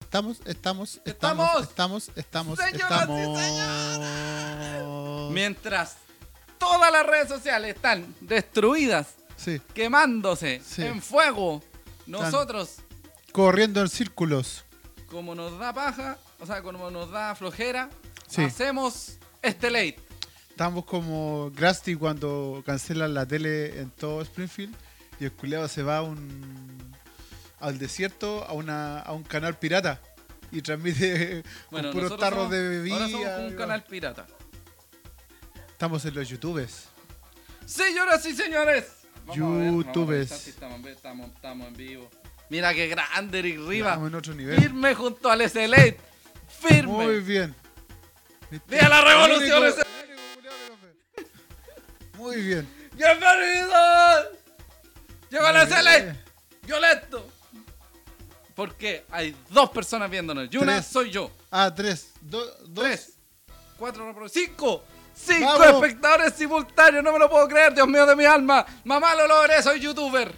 Estamos, estamos, Estamos. estamos, estamos, estamos, Señoras y estamos. Mientras todas las redes sociales están destruidas, Sí, quemándose, Sí. en fuego, nosotros, corriendo en círculos. como nos da paja, o sea, como nos da flojera, Sí. hacemos este late. Estamos como Krusty cuando cancelan la tele en todo Springfield y el culeado se va a un, al desierto, a, una, a un canal pirata y transmite con puros nosotros tarros somos- de bebida. Ahora somos como un y canal va. pirata. Estamos en los YouTubes. Señoras y señores. Vamos a ver, vamos a Youtubes. revisar si estamos, en- estamos- estamos en vivo. Mira qué grande Eric Estamos Riva. en otro nivel. Firme junto al SLA. Firme. Muy bien. ¡Viva la revolución! El único- el único culiao que no fue. Muy bien. ¡Bienvenidos! ¡Llegó el Muy SLA! bien. ¡Violeto! Porque hay dos personas viéndonos. Y una Tres. soy yo. Ah, tres. do- dos. Tres. Cuatro, repro- cinco. Cinco Vamos. espectadores simultáneos. No me lo puedo creer, Dios mío de mi alma. Mamá, lo logré, soy youtuber.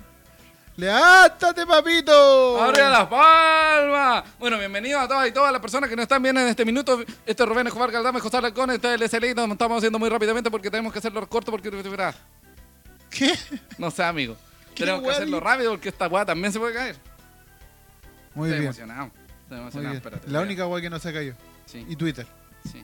¡Levántate, papito! ¡Arriba las palmas! Bueno, bienvenidos a todas y todas las personas que nos están viendo en este minuto. Este es Rubén Escobar Galdame, José Alarcón, este es el SLI. Nos estamos haciendo muy rápidamente porque tenemos que hacerlo corto porque... ah, ¿Qué? No sé, amigo. Qué Tenemos que guay. hacerlo rápido porque esta weá también se puede caer. Muy Estoy bien. emocionado. Estoy Muy emocionado, bien. espérate. La voy a- única guay que no se cayó. Sí, Y Twitter. sí.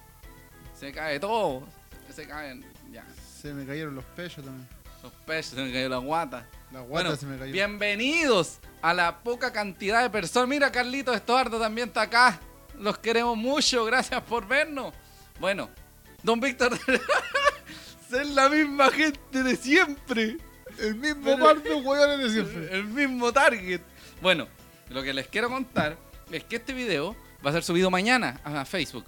Se cae todo. Se caen... Ya. Se me cayeron los pechos también. Los peces, se me cayó la guata. La guata Bueno, se me cayó. Bienvenidos a la poca cantidad de personas. Mira, Carlito Estuardo también está acá. Los queremos mucho. Gracias por vernos. Bueno, don Víctor, ser la misma gente de siempre. El mismo Pero- par de hueones de siempre. El mismo target. Bueno, lo que les quiero contar es que este video va a ser subido mañana a Facebook.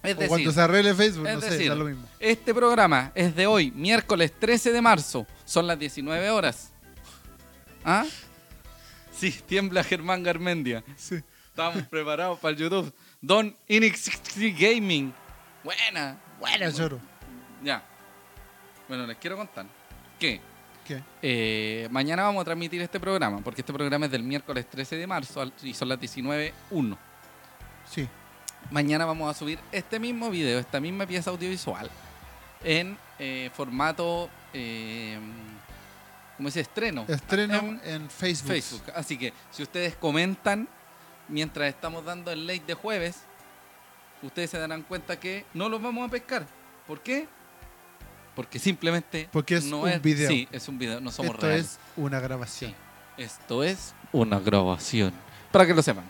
Es o cuando decir, se arregle Facebook, es no sé, decir, da lo mismo. este programa es de hoy, miércoles 13 de marzo. Son las 19 horas. ¿Ah? Sí, tiembla Germán Garmendia. Sí. Estamos preparados para el YouTube. Don Inix Gaming. Buena. Buena, lloro. Ya. Bueno, les quiero contar que ¿Qué? eh, mañana vamos a transmitir este programa, porque este programa es del miércoles 13 de marzo al- y son las 19.1. Sí. Mañana vamos a subir este mismo video, esta misma pieza audiovisual, en eh, formato, eh, ¿cómo se dice? Estreno. Estreno En en Facebook. Oh, ah, eh, Facebook. Así que si ustedes comentan mientras estamos dando el late de jueves, ustedes se darán cuenta que no los vamos a pescar. ¿Por qué? Porque simplemente Porque es no un video. Sí, es un video, no somos Esto reales. es una grabación. Esto es una grabación. Para que lo sepan.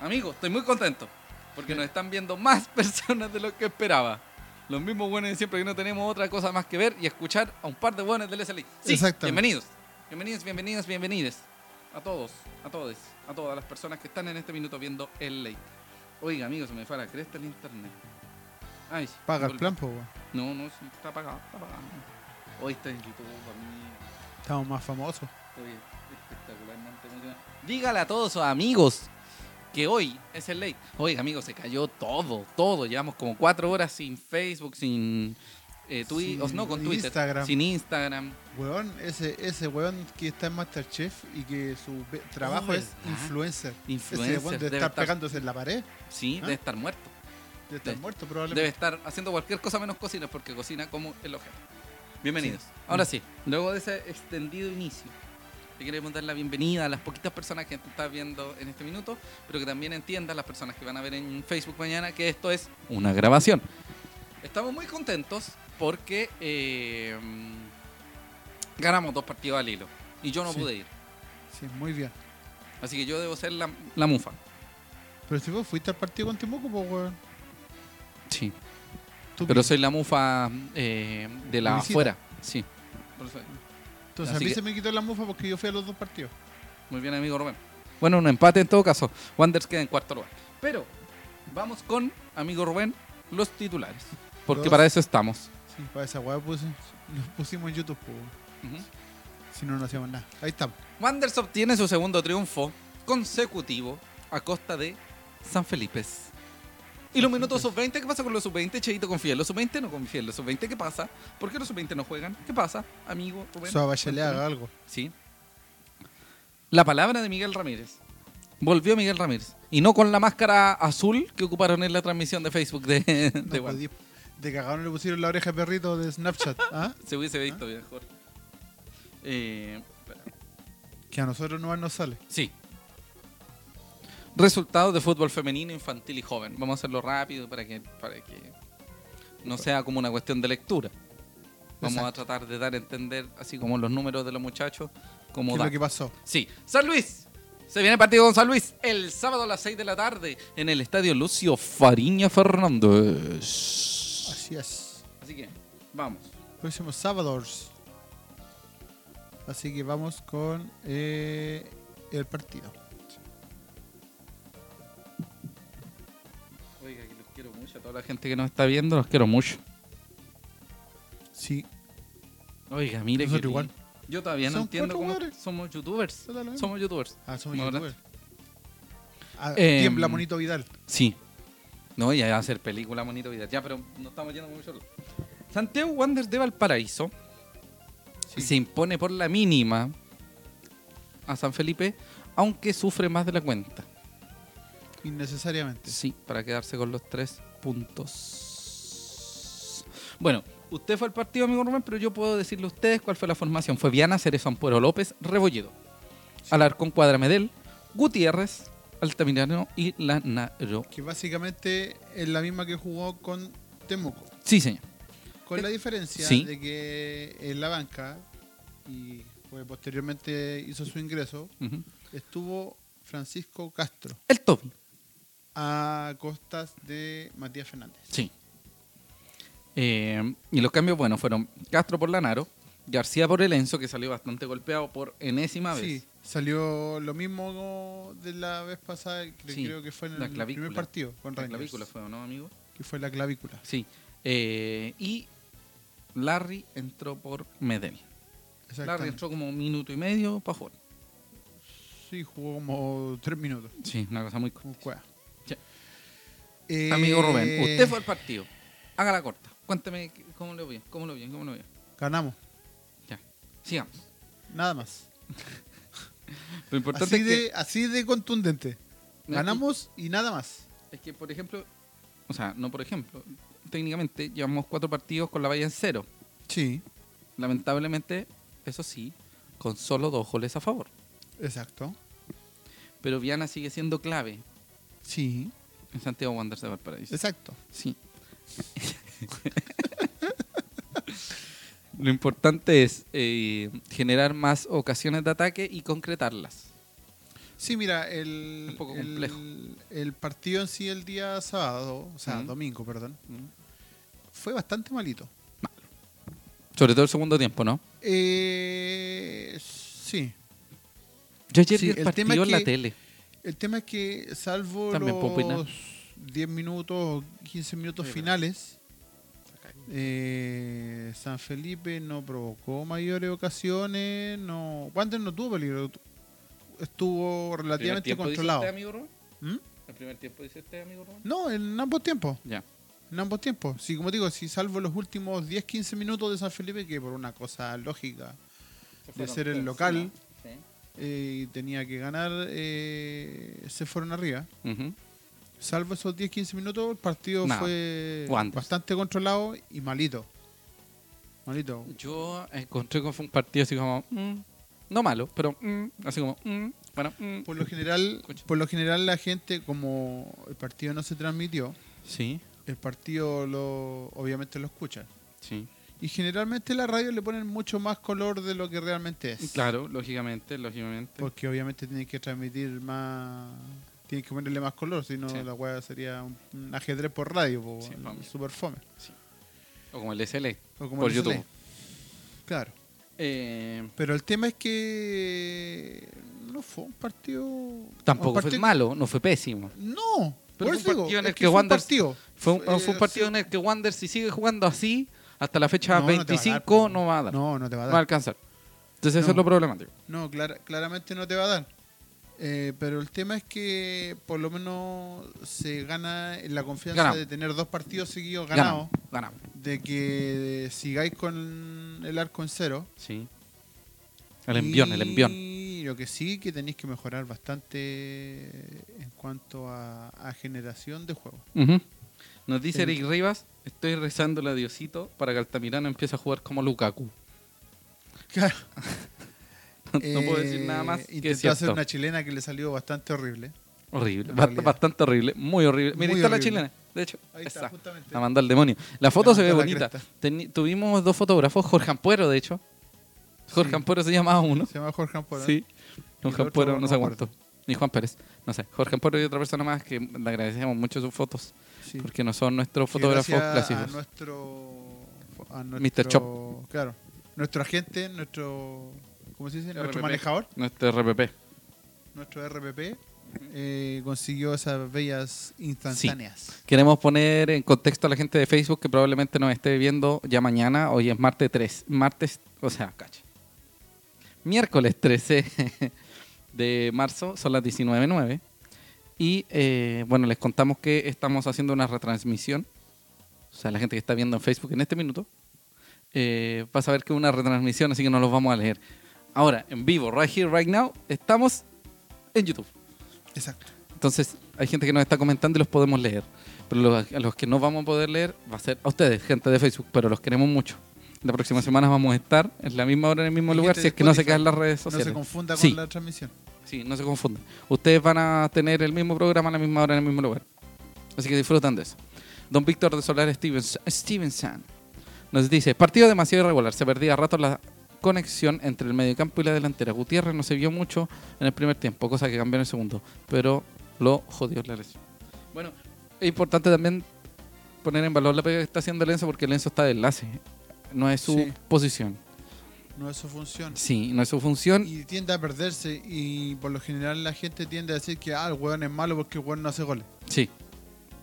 Amigos, estoy muy contento. Porque nos están viendo más personas de lo que esperaba. Los mismos buenos de siempre que no tenemos otra cosa más que ver y escuchar a un par de buenos del SLI. Sí, Exactamente. bienvenidos. Bienvenidos, bienvenidas, bienvenides. A todos, a todos, a todas las personas que están en este minuto viendo el late. Oiga, amigos, se me fue a la cresta el internet. Ay, sí, Paga el disculpe. plan, po, weón. No, no, sí, está apagado, está apagado. Hoy está en YouTube, amigo. Estamos más famosos. Estoy espectacularmente emocionado. Dígale a todos sus amigos que hoy es el late. Oiga, amigos, se cayó todo, todo. Llevamos como cuatro horas sin Facebook, sin eh, Twitter, Sin no, con Twitter, Instagram. sin Instagram. Weón, ese, ese weón que está en Masterchef y que su be- trabajo Oh, es ¿verdad? influencer. Influencer, Ese weón debe debe estar estar- pegándose en la pared. Sí, ¿Ah? debe estar muerto. Debe estar Debe- muerto Debe probablemente. estar haciendo cualquier cosa menos cocina, porque cocina como el objeto. Bienvenidos. Ahora sí, luego de ese extendido inicio, te queremos dar la bienvenida a las poquitas personas que tú estás viendo en este minuto, pero que también entiendas las personas que van a ver en Facebook mañana que esto es una grabación. Estamos muy contentos porque eh, ganamos dos partidos al hilo y yo no Sí. pude ir. Sí, muy bien. Así que yo debo ser la, la mufa. Pero si vos fuiste al partido con Temuco, pues weón. Sí. Tú Pero mismo. soy la mufa eh, de la Visita. afuera. Sí. Por eso- Entonces a así mí que- se me quitó la mufa porque yo fui a los dos partidos. Muy bien, amigo Rubén. Bueno, un empate en todo caso. Wanders queda en cuarto lugar. Pero vamos con, amigo Rubén, los titulares. Porque Los- para eso estamos. Sí, para esa weá puse, los pusimos en YouTube, pues weón. Ujú. Si no, no hacíamos nada. Ahí estamos. Wanders obtiene su segundo triunfo consecutivo a costa de San Felipe. Y los minutos sub-20, ¿qué pasa con los sub-20? Cheito, confía en los sub-20, no confía en los sub-20, ¿qué pasa? ¿Por qué los sub-20 no juegan? ¿Qué pasa, amigo Rubén? Su le Cuéntame. haga algo. Sí. La palabra de Miguel Ramírez. Volvió Miguel Ramírez. Y no con la máscara azul que ocuparon en la transmisión de Facebook de, No de Juan. podí- de cagado no le pusieron la oreja de perrito de Snapchat. ¿ah? Se hubiese visto mejor. Eh, espera. Que a nosotros no nos sale. Sí. Resultados de fútbol femenino, infantil y joven. Vamos a hacerlo rápido para que, para que no sea como una cuestión de lectura. Vamos a tratar de dar a entender, así como los números de los muchachos, ¿Qué como es da. lo que pasó? Sí, San Luis. Se viene partido con San Luis el sábado a las 6 de la tarde en el estadio Lucio Fariña Fernández. Así es. Así que, vamos. Próximo sábados. Así que vamos con eh, el partido. Oiga, que los quiero mucho a toda la gente que nos está viendo, los quiero mucho. Sí, Oiga, mire que. Nosotros igual. Yo todavía no Son entiendo cuatro cómo jugadores. somos youtubers. Da lo mismo. Somos youtubers. ah, somos ¿No youtubers. Ah, Eh, tiembla Monito Vidal. Sí. No, ya va a ser película bonito vida. Ya, pero no estamos yendo mucho. Santiago Wanderers de Valparaíso Sí. se impone por la mínima a San Felipe, aunque sufre más de la cuenta. Innecesariamente. Sí, para quedarse con los tres puntos. Bueno, usted fue al partido, amigo Rubén, pero yo puedo decirle a ustedes cuál fue la formación. Fue Viana, Cerezón, Puero López, Rebolledo, Alarcón, Cuadra, Medel, Gutiérrez, Altamirano y Lanaro. Que básicamente es la misma que jugó con Temuco. Sí, señor. Con la diferencia Sí. de que en la banca, y pues, posteriormente hizo su ingreso, Ujú. estuvo Francisco Castro El Toby. a costas de Matías Fernández. Sí. Eh, y los cambios, bueno, fueron Castro por Lanaro, García por El Enzo, que salió bastante golpeado por enésima vez. Sí, salió lo mismo de la vez pasada, que Sí, creo que fue en la el clavícula. primer partido con La Rangers, clavícula fue, ¿no, amigo? que fue la clavícula. Sí. Eh, y Larry entró por Medel. Larry Exactamente. entró como un minuto y medio para jugar. Sí, jugó como tres minutos. Sí, una cosa muy corta. como cueva. Ya. Eh, Amigo Rubén, usted fue al partido. Hágala corta. Cuénteme qué- cómo lo vio, cómo lo vio, cómo lo vio. Ganamos, Ya. Sigamos. nada más. Lo importante Así es que- de, así de contundente. Ganamos y nada más. Es que, por ejemplo, o sea, no por ejemplo, técnicamente llevamos cuatro partidos con la valla en cero. Sí, Lamentablemente, eso sí, con solo dos goles a favor. exacto. Pero Viana sigue siendo clave Sí, en Santiago Wanderers de Valparaíso. exacto. Sí. Lo importante es eh, generar más ocasiones de ataque y concretarlas. Sí, mira, el, Un poco el- complejo. el partido en sí el día sábado, o sea, Mm. domingo, perdón, fue bastante malito. Sobre todo el segundo tiempo, ¿no? Eh, sí. Yo ayer Sí, vi el, el tema partido es en la que- tele. El tema es que salvo También puedo opinar. los 10 minutos, 15 minutos Sí, pero- finales, eh, San Felipe no provocó mayores ocasiones, no, Wander no tuvo peligro, tu- estuvo relativamente controlado. ¿Mm? ¿El primer tiempo dice usted, amigo Rubén? No, en ambos tiempos, Ya. en ambos tiempos. Sí, como digo, si salvo los últimos 10, 15 minutos de San Felipe, que por una cosa lógica de ser el local eh, tenía que ganar, eh, se fueron arriba. Salvo esos 10-15 minutos, el partido Nada. fue Wanderers. bastante controlado y malito. Malito. Yo encontré que fue un partido así como, mm, no malo, pero mm, así como, mm, bueno, mm. Por lo general, Escucha. por lo general la gente, como el partido no se transmitió, sí, el partido lo obviamente lo escucha. sí. Y generalmente la radio le ponen mucho más color de lo que realmente es. Claro, lógicamente, lógicamente. Porque obviamente tienen que transmitir más. Tienen que ponerle más color, si no Sí. la weá sería un, un ajedrez por radio, po, Sí, weón, fome. super fome. O como el SL. O como Por el E. SLA. YouTube. Claro. Eh, Pero el tema es que no fue un partido. tampoco un fue partido- malo, no fue pésimo. No, Pero por fue eso un digo, partido en es el que que fue un Wander- partido. Fue un, Eh, fue un partido sí. en el que Wander, si sigue jugando así, hasta la fecha No, no te va a dar, 25, pues. no va a dar. No, No, no te va a va a dar. alcanzar. Entonces, eso No. es lo problemático. No, clar- claramente no te va a dar. Eh, pero el tema es que por lo menos se gana en la confianza Ganamos. de tener dos partidos seguidos ganados. Ganamos. Ganamos. De que sigáis con el arco en cero. Sí. El envión, el envión. Y lo que sí que tenéis que mejorar bastante en cuanto a, a generación de juegos. Ujú. Nos dice Sí. Eric Rivas, estoy rezándole a Diosito para que Altamirano empiece a jugar como Lukaku. Claro. eh, No puedo decir nada más que Intentó cierto. hacer una chilena que le salió bastante horrible. Horrible, En bast- realidad. bastante horrible, muy horrible. Mira, Muy ahí está la horrible. chilena, de hecho. Ahí esa. está, justamente. La mandó al demonio. La foto La se ve mandó a la bonita. cresta. Teni- tuvimos dos fotógrafos, Jorge Ampuero, de hecho. Jorge Sí. Ampuero se llamaba uno. Se llama Jorge Ampuero. Sí. el Jorge otro Ampuero no no me se acuerdo. aguantó. Ni Juan Pérez. No sé. Jorge Ampuero y otra persona más que le agradecemos mucho sus fotos. Sí. Porque no son nuestros Que fotógrafos gracias A clásicos. nuestro, a Mr. nuestro- Claro. Nuestro agente, nuestro. ¿Cómo se dice? Nuestro RPP. manejador, Nuestro RPP. nuestro RPP, eh, consiguió esas bellas instantáneas. Queremos poner en contexto a la gente de Facebook que probablemente nos esté viendo ya mañana. Hoy es martes 3. Martes, o sea, cacha. Miércoles 13 de marzo, son las 19.09. Y eh, bueno, les contamos que estamos haciendo una retransmisión. O sea, la gente que está viendo en Facebook en este minuto eh, va a saber que es una retransmisión, así que no los vamos a leer. Ahora, en vivo, right here, right now, estamos en YouTube. Exacto. Entonces, hay gente que nos está comentando y los podemos leer. Pero los, a los que no vamos a poder leer va a ser a ustedes, gente de Facebook, pero los queremos mucho. La próxima semana vamos a estar en la misma hora, en el mismo Y lugar, gente si es de que no se Spotify, quedan las redes No se sociales. confunda con Sí. la transmisión. sí, no se confunden. Ustedes van a tener el mismo programa a la misma hora, en el mismo lugar. Así que disfrutan de eso. Don Víctor de Solar Stevens, Stevenson nos dice, partido demasiado irregular, se perdía a rato la conexión entre el mediocampo y la delantera. Gutiérrez no se vio mucho en el primer tiempo, cosa que cambió en el segundo, pero lo jodió la lesión. Bueno, es importante también poner en valor la pega que está haciendo Lenzo porque Lenzo está de enlace, no es su Sí. posición. No es su función. Sí, no es su función. Y tiende a perderse. Y por lo general la gente tiende a decir que ah, el weón es malo porque el weón no hace goles. Sí,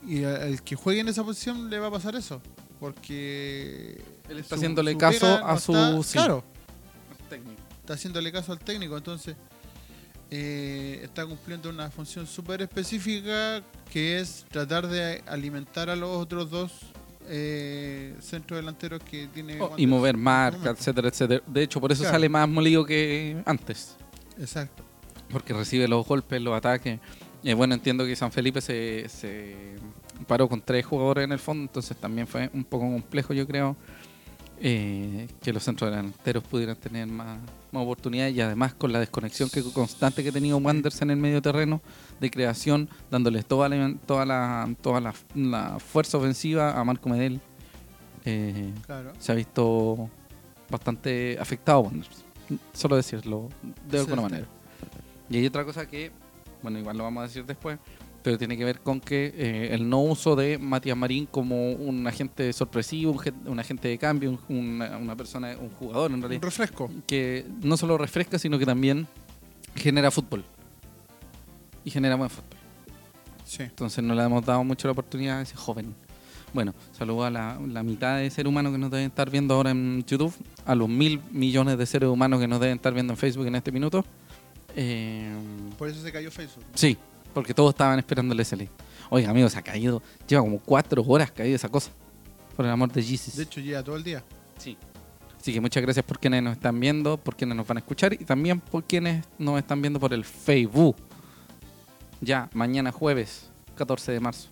Y a- al que juegue en esa posición le va a pasar eso. Porque. Él está haciéndole caso pega a no su- está- sí. claro, está haciéndole caso al técnico. Entonces, eh, está cumpliendo una función súper específica que es tratar de alimentar a los otros dos eh, centros delanteros que tiene. Oh, y Wander. mover marca, Momento. etcétera, etcétera. De hecho, por eso Claro. sale más molido que antes, Exacto. porque recibe los golpes, los ataques. Eh, bueno, entiendo que San Felipe se, se paró con tres jugadores en el fondo, entonces también fue un poco complejo, yo creo, eh, que los centrodelanteros pudieran tener más, más oportunidades y además con la desconexión que constante que tenía Wanderers en el medio terreno de creación, dándoles toda la, toda la, toda la, la fuerza ofensiva a Marco Medel. Eh, Claro. se ha visto bastante afectado Wanderers. Solo decirlo de Cierto. alguna manera. Y hay otra cosa que, bueno, igual lo vamos a decir después, pero tiene que ver con que eh, el no uso de Matías Marín como un agente sorpresivo, un, gen- un agente de cambio, un- una, una persona, un jugador en Un realidad, refresco. que no solo refresca, sino que también genera fútbol. Y genera buen fútbol. Sí. Entonces no le hemos dado mucho la oportunidad a ese joven. Bueno, saludo a la, la mitad de seres humanos que nos deben estar viendo ahora en YouTube, a los mil millones de seres humanos que nos deben estar viendo en Facebook en este minuto. Eh, Por eso se cayó Facebook. sí, porque todos estaban esperando el SLA. Oiga, amigos, ha caído, lleva como cuatro horas caído esa cosa. Por el amor de Jesus. De hecho, llega todo el día. Sí. Así que muchas gracias por quienes nos están viendo, por quienes nos van a escuchar y también por quienes nos están viendo por el Facebook. Ya, mañana jueves, 14 de marzo.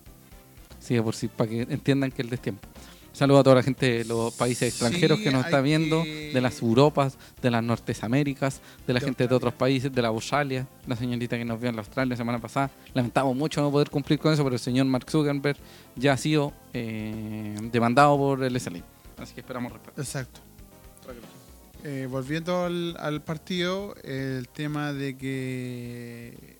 Así que por si, para que entiendan que el destiempo. Saludo a toda la gente de los países Sí, extranjeros que nos hay está viendo, que- de las Europas, de las Nortes Américas, de la De gente de otros países, de la Australia, la señorita que nos vio en la Australia la semana pasada. Lamentamos mucho no poder cumplir con eso, pero el señor Mark Zuckerberg ya ha sido eh, demandado por el SLA. Así que esperamos respuesta. Exacto. Eh, volviendo al, al partido, el tema de que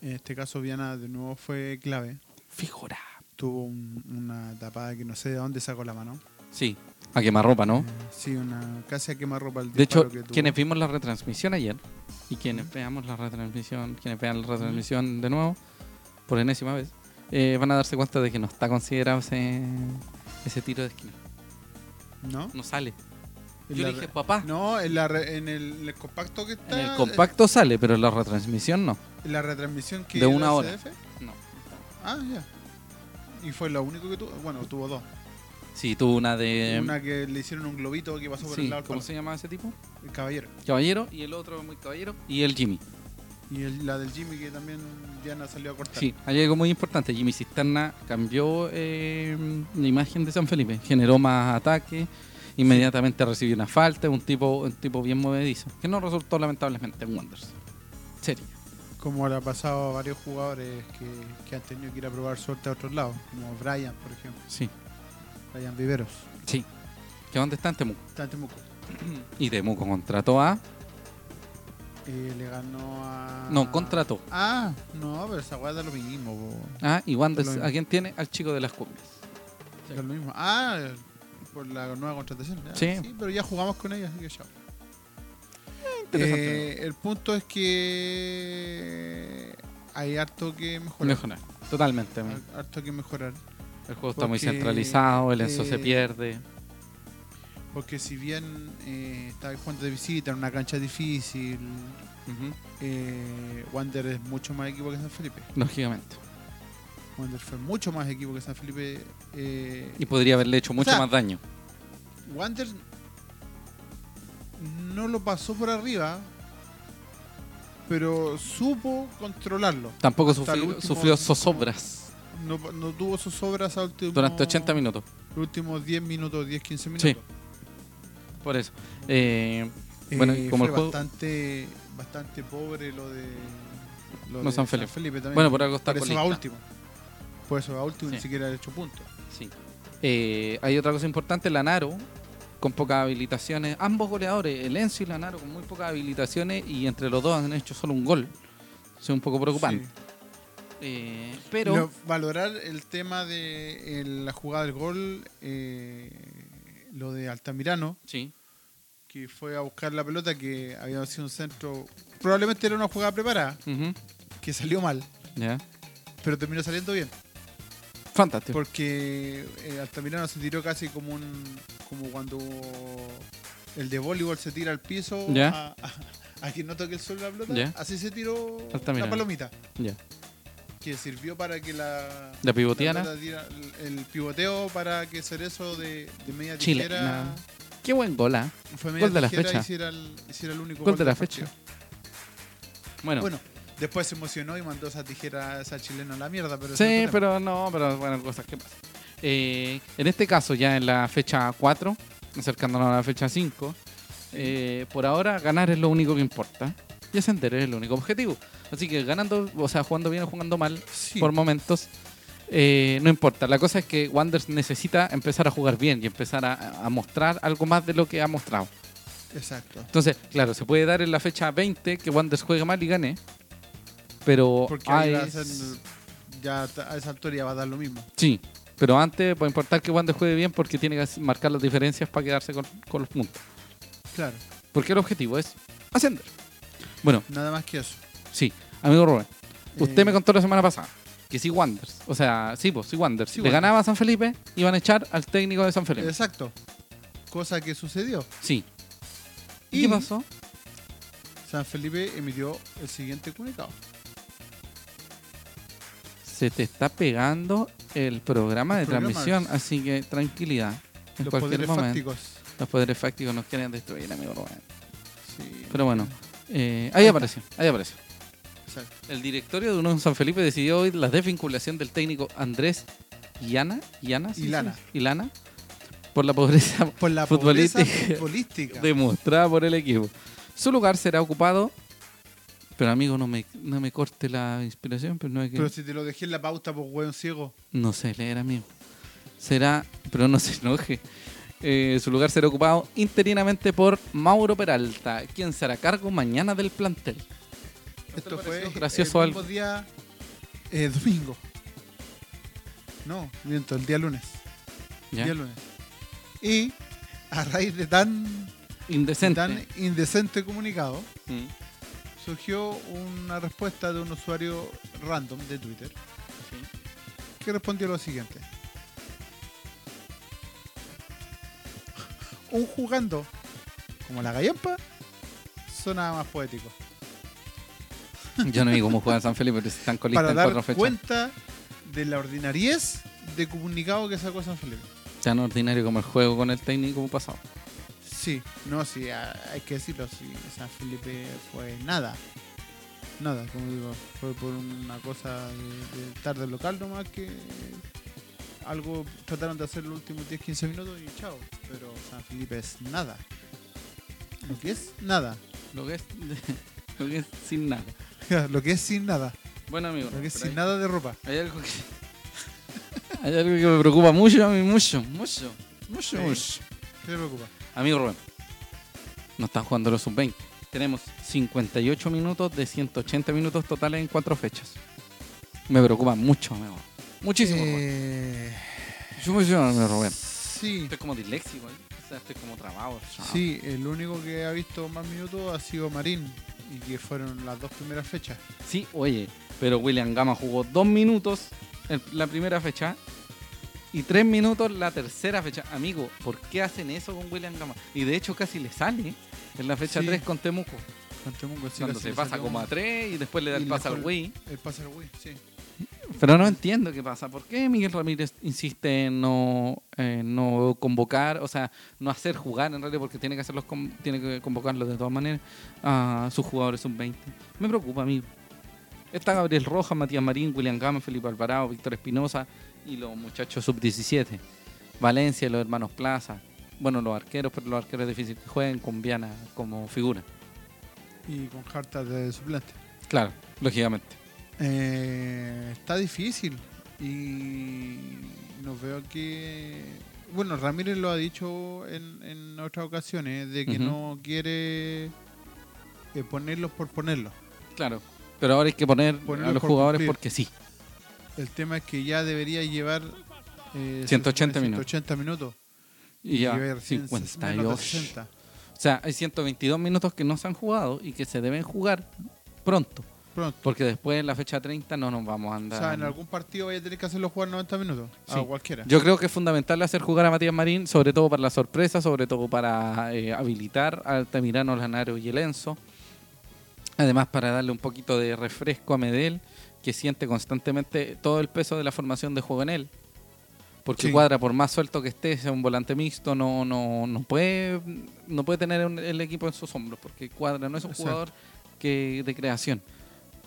en este caso Viana de nuevo fue clave. Figura. Tuvo un- una tapada que no sé de dónde sacó la mano. Sí, a quemarropa, ¿no? Eh, sí, una casi a quemarropa el De hecho, disparo que tuvo. quienes vimos la retransmisión ayer y quienes veamos la retransmisión, quienes vean la retransmisión de nuevo, por enésima vez, eh, van a darse cuenta de que no está considerado ese, ese tiro de esquina. ¿No? No sale. En Yo la le dije, "Ah". re- papá. No, en, la re- en el, en el compacto que En está. el compacto sale, pero en la retransmisión no. en la retransmisión que De hizo una hora. CDF. No. Ah, ya. Y fue lo único que tuvo. Bueno, tuvo dos. Sí, tuvo una de. Una que le hicieron un globito que pasó por Em. sí, el lado del ¿Cómo palo. se llamaba ese tipo? El caballero. Caballero. Y el otro muy caballero. Y el Jimmy. Y el- la del Jimmy que también Diana salió a cortar. Sí, hay algo muy importante. Jimmy Cisterna cambió eh, la imagen de San Felipe, generó más ataques, inmediatamente recibió una falta, un tipo, un tipo bien movedizo, que no resultó lamentablemente en Wanderers. Serio. Como le ha pasado a varios jugadores que, que han tenido que ir a probar suerte a otros lados, como Brian, por ejemplo, Sí, Brian Viveros. sí. ¿Que dónde está en Temuco? Está en Temuco. Y Temuco contrató a... Eh, le ganó a. No, contrató. Ah, no, pero esa weá da lo mismo. po. Ah, y Lo Wanderers, mismo. ¿a quién tiene? Al chico de las cumbres. Sí. Da lo mismo. Ah, por la nueva contratación. ya. Sí. pero ya jugamos con ellos, así que chao. interesante, Eh, el punto es que hay harto que mejorar. Mejorar. Totalmente. man. Har- Harto que mejorar. El juego está muy Ah, Porque, centralizado, el Enzo se eh, pierde. Porque si bien eh, está jugando de visita en una cancha difícil, Ujú, eh, Wander es mucho más equipo que San Felipe. Lógicamente. Wander fue mucho más equipo que San Felipe. eh, Y podría haberle hecho mucho sea, más daño. Wander no lo pasó por arriba, pero supo controlarlo. Tampoco Hasta el sufrió, último- sufrió zozobras No, no tuvo sus obras durante 80 minutos. Los últimos 10 minutos, 10, 15 Sí. minutos. Por eso. Eh, bueno, Bueno, y como el fue juego- bastante, bastante pobre lo de, lo No, San Felipe. también. bueno, por algo está por eso va colista. último. Por eso va último, ni Sí. siquiera ha hecho puntos. Sí. Eh, hay otra cosa importante, Lanaro, con pocas habilitaciones. Ambos goleadores, el Enzo y Lanaro, con muy pocas habilitaciones y entre los dos han hecho solo un gol. Es un poco preocupante. Sí. Eh, pero Lo- valorar el tema de el- la jugada del gol, eh, lo de Altamirano, sí, que fue a buscar la pelota, que había sido un centro. Probablemente era una jugada preparada, ujú, que salió mal, ya. pero terminó saliendo bien. fantástico. Porque eh, Altamirano se tiró casi como un. como cuando el de voleibol se tira al piso Ya. a, a- a que no toque el suelo la pelota. Ya. Así se tiró Altamirano. la palomita. Ya. Que sirvió para que la. La pivotiana. la pelota tira- el, el pivoteo para que Cerezo de, de media Chile, tijera. no. Qué buen gol, ¿ah? Fue media Gol de la tijera fecha. Hiciera, el, hiciera el único Gol de del la fecha. partido. Bueno, Bueno, después se emocionó y mandó esa tijera, esa chilena a la mierda. Pero ese es sí, otro tema. pero no, pero bueno, cosas que pasan. Eh, en este caso, ya en la fecha 4, acercándonos a la fecha 5, eh, por ahora ganar es lo único que importa. Y ascender es el único objetivo. Así que ganando, o sea, jugando bien o jugando mal, Sí. por momentos, eh, no importa. La cosa es que Wanderers necesita empezar a jugar bien y empezar a, a mostrar algo más de lo que ha mostrado. Exacto. Entonces, claro, se puede dar en la fecha 20 que Wanderers juegue mal y gane. Pero Porque ahí ah, va a es- ser- ya a esa altura ya va a dar lo mismo. Sí, pero antes puede importar que Wander juegue bien porque tiene que marcar las diferencias para quedarse con, con los puntos. Claro, Porque el objetivo es ascender. Bueno, nada más que eso. sí, amigo Rubén, usted Eh, me contó la semana pasada que si Wanders, o sea, sí, pues, si Wanders Sí, le Wander. ganaba a San Felipe, iban a echar al técnico de San Felipe. Exacto. Cosa que sucedió. Sí. Y- ¿Y qué pasó? San Felipe emitió el siguiente comunicado. Se te está pegando el programa Los de programas. transmisión, así que tranquilidad. En Los cualquier poderes momento, fácticos. los poderes fácticos nos quieren destruir, amigo Rubén. Sí. Pero bueno, eh, ahí apareció, ahí apareció. Exacto. El directorio de Unión San Felipe decidió hoy la desvinculación del técnico Andrés Iana, Iana, ¿sí? Ilana. Ilana, por la pobreza Por la Futbolística. pobreza futbolística. demostrada por el equipo. Su lugar será ocupado. Pero amigo, no me, no me corte la inspiración, pero no hay que. Pero si te lo dejé en la pauta, pues hueón ciego. No sé leer, amigo. Será, pero no se enoje. Eh, su lugar será ocupado interinamente por Mauro Peralta, quien será cargo mañana del plantel. Esto le fue pareció gracioso el mismo día eh, domingo. No, miento, el día lunes. ¿ya? Día lunes. Y a raíz de tan, Indecente. tan indecente comunicado, Mm. surgió una respuesta de un usuario random de Twitter que respondió lo siguiente. Un jugando como la gallampa sonaba más poético. Yo no vi cómo juega San Felipe, pero si están colistas para en dar cuatro fechas. cuenta de la ordinariez de comunicado que sacó San Felipe. Tan ordinario como el juego con el técnico pasado. Sí, no, sí, a- hay que decirlo, sí, o sea, Felipe fue nada. Nada, como digo, fue por una cosa de, de tarde local nomás que algo trataron de hacer los últimos 10-15 minutos y chao. Pero San Felipe es nada. Lo que es nada. Lo que es, lo que es sin nada. Lo que es sin nada. Bueno, amigo. Lo que es pero sin hay- nada de ropa. Hay algo que. Hay algo que me preocupa mucho a mí, mucho, mucho, Sí. mucho, mucho. ¿Qué te preocupa? Amigo Rubén, no está jugando los sub-20. Tenemos 58 minutos de 180 minutos totales en cuatro fechas. Me preocupa mucho, amigo. Muchísimo, Rubén. Eh, Mucho, mucho, amigo Rubén. Sí. Estoy como disléxico, ¿eh? o sea, estoy como trabado. chao. Sí, el único que ha visto más minutos ha sido Marín y que fueron las dos primeras fechas. Sí, oye, pero William Gama jugó dos minutos en la primera fecha y tres minutos la tercera fecha. Amigo, ¿por qué hacen eso con William Gama? Y de hecho casi le sale en la fecha Sí. 3 con Temuco. Con Temuco, sí, cuando casi se le pasa salió como a tres y después le da el Y pase le al fue- Wii. El pase al Wii, sí. Pero no entiendo qué pasa. ¿Por qué Miguel Ramírez insiste en no, eh, no convocar, o sea, no hacer jugar en realidad porque tiene que hacerlos con- tiene que convocarlos de todas maneras a sus jugadores sub-20? Me preocupa a mí. Está Gabriel Rojas, Matías Marín, William Gama, Felipe Alvarado, Víctor Espinosa y los muchachos sub-17. Valencia, los hermanos Plaza. Bueno, los arqueros, pero los arqueros es difícil que jueguen con Viana como figura. Y con Harta de suplente. Claro, lógicamente. Eh, está difícil y nos veo que... Bueno, Ramírez lo ha dicho en, en otras ocasiones, de que Ujú. no quiere eh, ponerlos por ponerlos. Claro. Pero ahora hay que poner Ponerlo a los por jugadores cumplir. porque sí. El tema es que ya debería llevar... eh, se 180 supone minutos. 180 minutos. Y ya, lleva recién 58. menos de 60. O sea, hay 122 minutos que no se han jugado y que se deben jugar pronto. Pronto. Porque después en la fecha 30 no nos vamos a O andar. sea, en algún partido vaya a tener que hacerlo jugar 90 minutos. Sí. A cualquiera. Yo creo que es fundamental hacer jugar a Matías Marín, sobre todo para la sorpresa, sobre todo para eh, habilitar a Altamirano, Lanaro y el Enzo. Además, para darle un poquito de refresco a Medel, que siente constantemente todo el peso de la formación de juego en él. Porque Sí. Cuadra, por más suelto que esté, sea un volante mixto, no, no, no puede, no puede tener un- el equipo en sus hombros, porque Cuadra no es un Exacto. jugador que, de creación.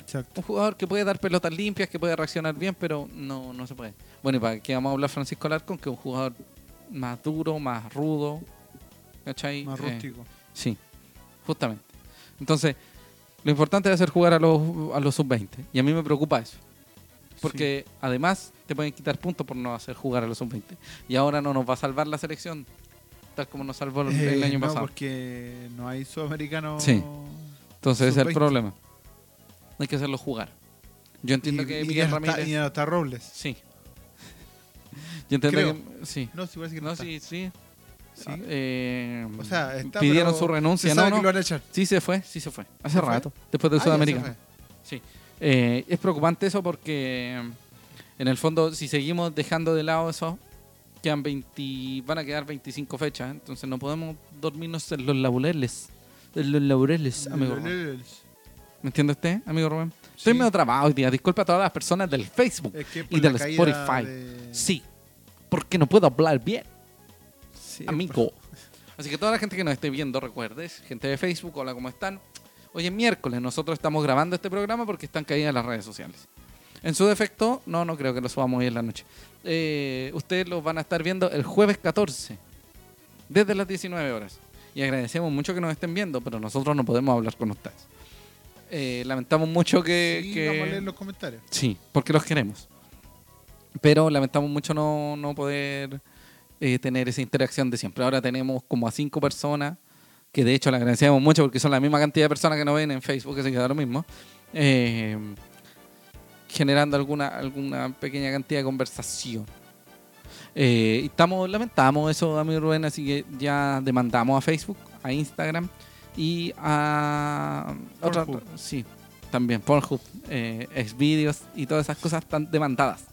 Exacto. Un jugador que puede dar pelotas limpias, que puede reaccionar bien, pero no, no se puede. Bueno, y para qué vamos a hablar Francisco Alarcón, que es un jugador más duro, más rudo, ¿cachai? Más Eh, rústico. sí, justamente. Entonces, lo importante es hacer jugar a los, a los sub-20. Y a mí me preocupa eso. Porque además te pueden quitar puntos por no hacer jugar a los sub-20. Y ahora no nos va a salvar la selección, tal como nos salvó el, el Eh, año no, pasado. porque no hay sudamericano. Sí. Entonces, ese es el sub-20. problema. Hay que hacerlo jugar. Yo entiendo Y- que y Miguel ya no está- Ramírez. y ya no está Robles. Sí. Yo entiendo Creo. que. Sí. No, sí, parece que no, No, está. sí, sí. Sí. Ah, eh, O sea, está, pidieron pero su renuncia, se ¿no? sabe no. que lo van a echar. Sí, se fue, sí se fue. Hace ¿Se fue? rato, después de Ah, ya se Sudamérica. fue. Sí. Eh, es preocupante eso porque, mm, en el fondo, si seguimos dejando de lado eso, quedan 20, van a quedar 25 fechas. Entonces no podemos dormirnos en los laureles. En los laureles, amigo. Rubén. ¿Me entiende usted, amigo Rubén? Estoy Sí. Eh. medio trabado hoy día. Disculpa a todas las personas del Facebook. Es que Y por del la caída Spotify. de- Sí, porque no puedo hablar bien, Sí, amigo. Así que toda la gente que nos esté viendo, recuerdes, gente de Facebook, hola, ¿cómo están? Hoy es miércoles, nosotros estamos grabando este programa porque están caídas las redes sociales. En su defecto, no, no creo que lo subamos hoy en la noche. Eh, ustedes los van a estar viendo el jueves 14, desde las 19 horas. Y agradecemos mucho que nos estén viendo, pero nosotros no podemos hablar con ustedes. Eh, lamentamos mucho que... Sí, eh, que- vamos a leer los comentarios. Sí, porque los queremos. Pero lamentamos mucho no, no poder eh, tener esa interacción de siempre. Ahora tenemos como a cinco personas, que de hecho le agradecemos mucho porque son la misma cantidad de personas que nos ven en Facebook, que se queda lo mismo, eh, generando alguna, alguna pequeña cantidad de conversación. Eh, y estamos, lamentamos eso, amigo Rubén, así que ya demandamos a Facebook, a Instagram y a... otra- Pornhub. sí, también Pornhub, eh, Xvideos y todas esas cosas están demandadas.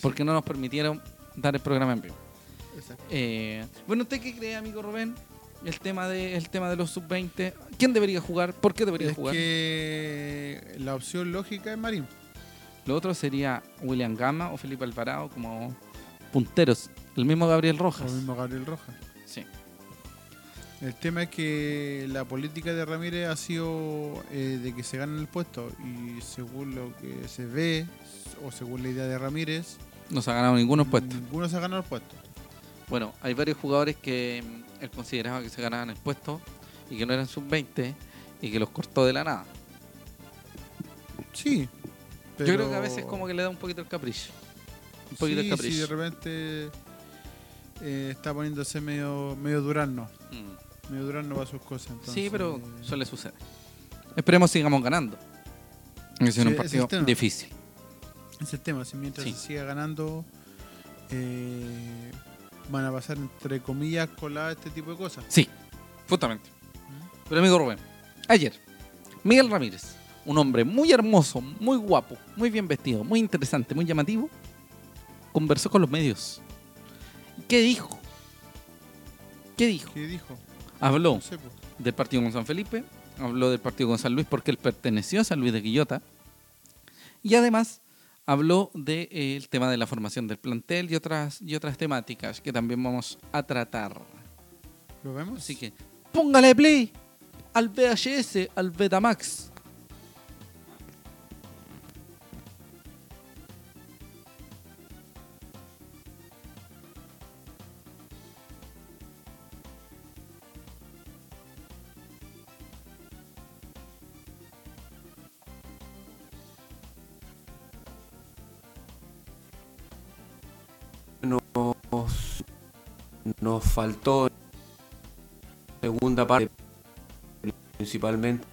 Porque no nos permitieron dar el programa en vivo. Exacto. Eh, bueno, ¿usted qué cree, amigo Rubén? El tema de, el tema de los sub-20. ¿Quién debería jugar? ¿Por qué debería Es jugar? que la opción lógica es Marín. Lo otro sería William Gama o Felipe Alvarado como punteros. El mismo Gabriel Rojas. Lo mismo Gabriel Rojas. Sí. El tema es que la política de Ramírez ha sido eh, de que se gana el puesto y según lo que se ve o según la idea de Ramírez, No se ha ganado ninguno puesto. ninguno se ha ganado el puesto. Bueno, hay varios jugadores que mm, él consideraba que se ganaban el puesto y que no eran sub-20 y que los cortó de la nada. Sí. Yo creo que a veces como que le da un poquito el capricho. Un poquito sí, el sí, capricio. de repente eh, está poniéndose medio, medio durano. Mm. Medio durano va a sus cosas. sí, entonces, pero eh, suele suceder. Esperemos sigamos ganando. Es Sí, un ese es partido el tema. difícil. Ese tema, si mientras Sí. se siga ganando, eh, van a pasar entre comillas coladas este tipo de cosas. Sí, justamente. Pero amigo Rubén, ayer, Miguel Ramírez, un hombre muy hermoso, muy guapo, muy bien vestido, muy interesante, muy llamativo, conversó con los medios. ¿Qué dijo? ¿Qué dijo? ¿Qué dijo? Habló No sé, pues. po. del partido con San Felipe, habló del partido con San Luis porque él perteneció a San Luis de Quillota y además habló del tema de la formación del plantel y otras, y otras temáticas que también vamos a tratar. ¿Lo vemos? Así que póngale play al VHS, al Betamax. nos, nos faltó en la segunda parte principalmente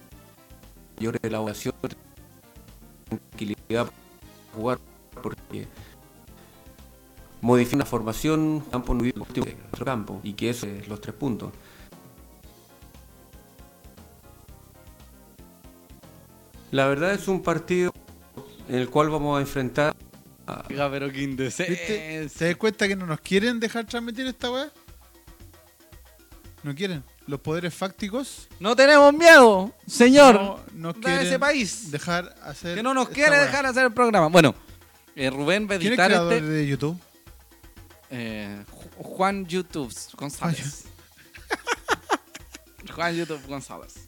mayor elaboración tranquilidad para jugar porque modifican la formación campo no hubiera último que nuestro campo y que eso es los tres puntos la verdad es un partido en el cual vamos a enfrentar a Pero qué ¿Viste? Eh, ¿Te das cuenta que no nos quieren dejar transmitir esta weá? No quieren. Los poderes fácticos No tenemos miedo, señor. no nos da quieren ese país dejar hacer. que no nos esta quiere weá. dejar hacer el programa. Bueno, eh, Rubén va a ¿Quién es editar creador este. de YouTube? eh, Ju- Juan YouTube González. Juan YouTube González. Juan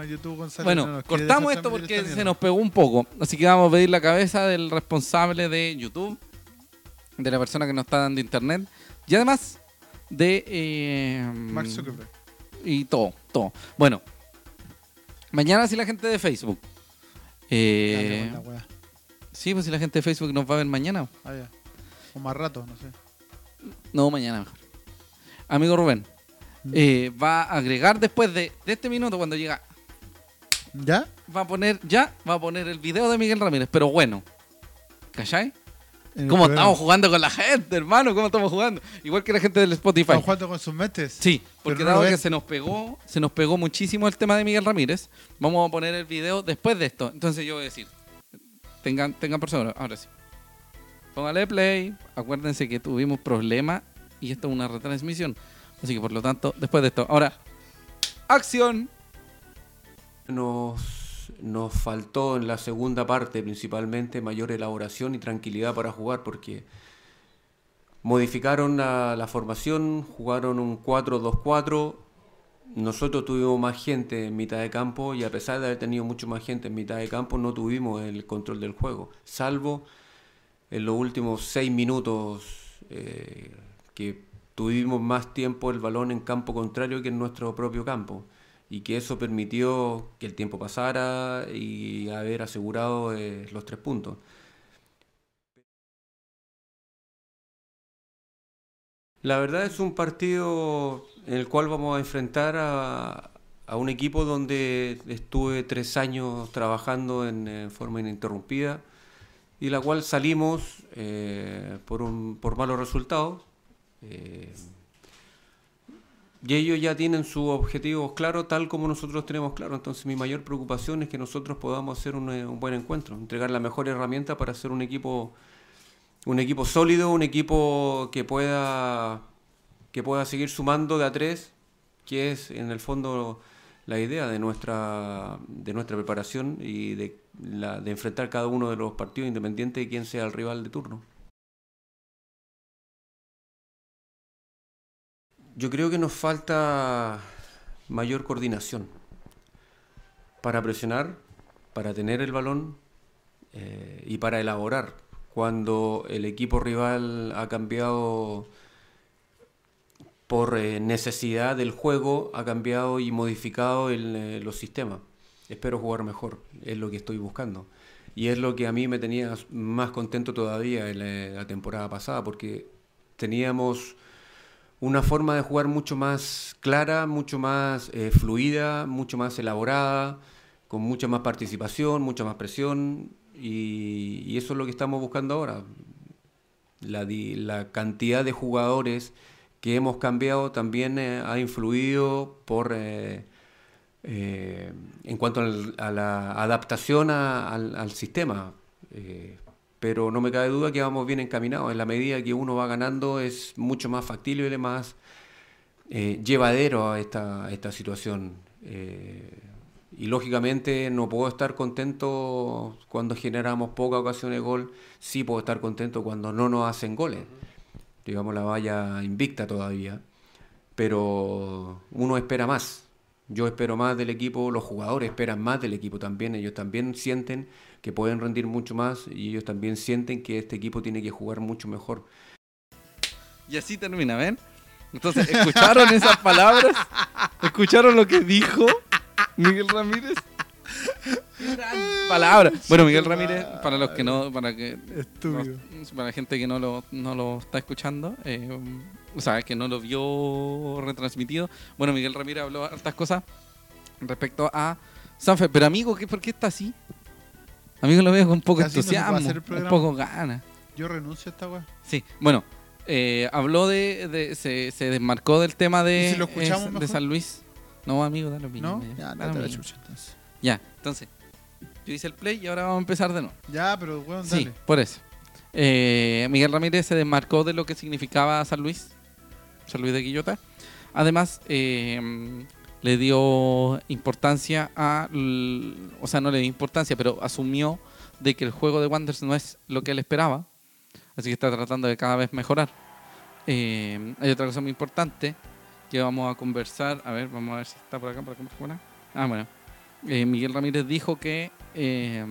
Ah, YouTube González. Bueno, no nos quiere cortamos dejar esto transmitir porque esta se mierda. nos pegó un poco. Así que vamos a pedir la cabeza del responsable de YouTube, de la persona que nos está dando internet y además de. eh, Mm, Mark Zuckerberg. y todo, todo. Bueno, mañana si la gente de Facebook. Dale eh, con Ah, la weá. sí, pues si la gente de Facebook nos va a ver mañana. Ah, ya. O más rato, no sé. No, mañana mejor. Amigo Rubén, Mm. eh, va a agregar después de, de este minuto cuando llega. ¿Ya? Va a poner, ya, va a poner el video de Miguel Ramírez, pero bueno. ¿Cachai? En el ¿Cómo programa. estamos jugando con la gente, hermano? ¿Cómo estamos jugando? Igual que la gente del Spotify. Estamos jugando con sus metes. Sí, porque Pero no lo dado que ven. se nos pegó, se nos pegó muchísimo el tema de Miguel Ramírez, vamos a poner el video después de esto. Entonces yo voy a decir, tengan, tengan por seguro, ahora sí. Póngale play, acuérdense que tuvimos problema y esto es una retransmisión. Así que por lo tanto, después de esto, ahora, acción. nos, nos faltó en la segunda parte principalmente mayor elaboración y tranquilidad para jugar porque modificaron la, la formación, jugaron un 4-2-4, nosotros tuvimos más gente en mitad de campo y a pesar de haber tenido mucho más gente en mitad de campo no tuvimos el control del juego, salvo en los últimos seis minutos eh, que tuvimos más tiempo el balón en campo contrario que en nuestro propio campo y que eso permitió que el tiempo pasara y haber asegurado eh, los tres puntos. La verdad es un partido en el cual vamos a enfrentar a, a un equipo donde estuve tres años trabajando en eh, forma ininterrumpida y la cual salimos eh, por, un- por malos resultados. eh, y ellos ya tienen sus objetivos claros, tal como nosotros tenemos claro. Entonces mi mayor preocupación es que nosotros podamos hacer un, eh, un buen encuentro, entregar la mejor herramienta para hacer un equipo, un equipo sólido, un equipo que pueda, que pueda seguir sumando de a tres, que es en el fondo la idea de nuestra, de nuestra preparación y de, la- de enfrentar cada uno de los partidos independiente de quién sea el rival de turno. Yo creo que nos falta mayor coordinación para presionar, para tener el balón eh, y para elaborar. Cuando el equipo rival ha cambiado por eh, necesidad del juego, ha cambiado y modificado el, eh, los sistemas. Espero jugar mejor, es lo que estoy buscando. Y es lo que a mí me tenía más contento todavía en la, la temporada pasada, porque teníamos una forma de jugar mucho más clara, mucho más eh, fluida, mucho más elaborada, con mucha más participación, mucha más presión, y, y eso es lo que estamos buscando ahora. La, di- la cantidad de jugadores que hemos cambiado también eh, ha influido por eh, eh, en cuanto al- a la adaptación a- al, al sistema. Eh, pero no me cabe duda que vamos bien encaminados. En la medida que uno va ganando es mucho más factible, más eh, llevadero a esta, a esta situación. Eh, y lógicamente no puedo estar contento cuando generamos pocas ocasiones de gol, sí puedo estar contento cuando no nos hacen goles. Digamos la valla invicta todavía, pero uno espera más. Yo espero más del equipo, los jugadores esperan más del equipo también, ellos también sienten que pueden rendir mucho más y ellos también sienten que este equipo tiene que jugar mucho mejor. Y así termina, ¿ven? Entonces, ¿escucharon esas palabras? ¿Escucharon lo que dijo Miguel Ramírez? Qué gran Palabra. Bueno, Miguel Ramírez, para los que no, para que Estúpido. no- para la gente que no lo, no lo está escuchando, eh, o sea, que no lo vio retransmitido. Bueno, Miguel Ramírez habló hartas cosas respecto a Sanfer. Pero amigo, ¿qué, ¿por qué está así? Amigo, lo veo con un poco Está haciendo que va a entusiasmo, hacer el un programa. poco ganas. Yo renuncio a esta weá. Sí, bueno, eh, habló de, de- se, se desmarcó del tema de, ¿Y si lo escuchamos eh, de mejor? San Luis. No, amigo, da lo mismo. ¿No? ya, Ya, da no, lo te la mismo. chucha, entonces. Ya, entonces, yo hice el play y ahora vamos a empezar de nuevo. Ya, pero weón, dale. Sí, por eso. Eh, Miguel Ramírez se desmarcó de lo que significaba San Luis, San Luis de Quillota. Además, eh, mm, le dio importancia a, l- o sea, no le dio importancia, pero asumió de que el juego de Wanderers no es lo que él esperaba, así que está tratando de cada vez mejorar. Eh, hay otra cosa muy importante que vamos a conversar, a ver, vamos a ver si está por acá, por acá, por acá. Ah, bueno. Eh, Miguel Ramírez dijo que eh,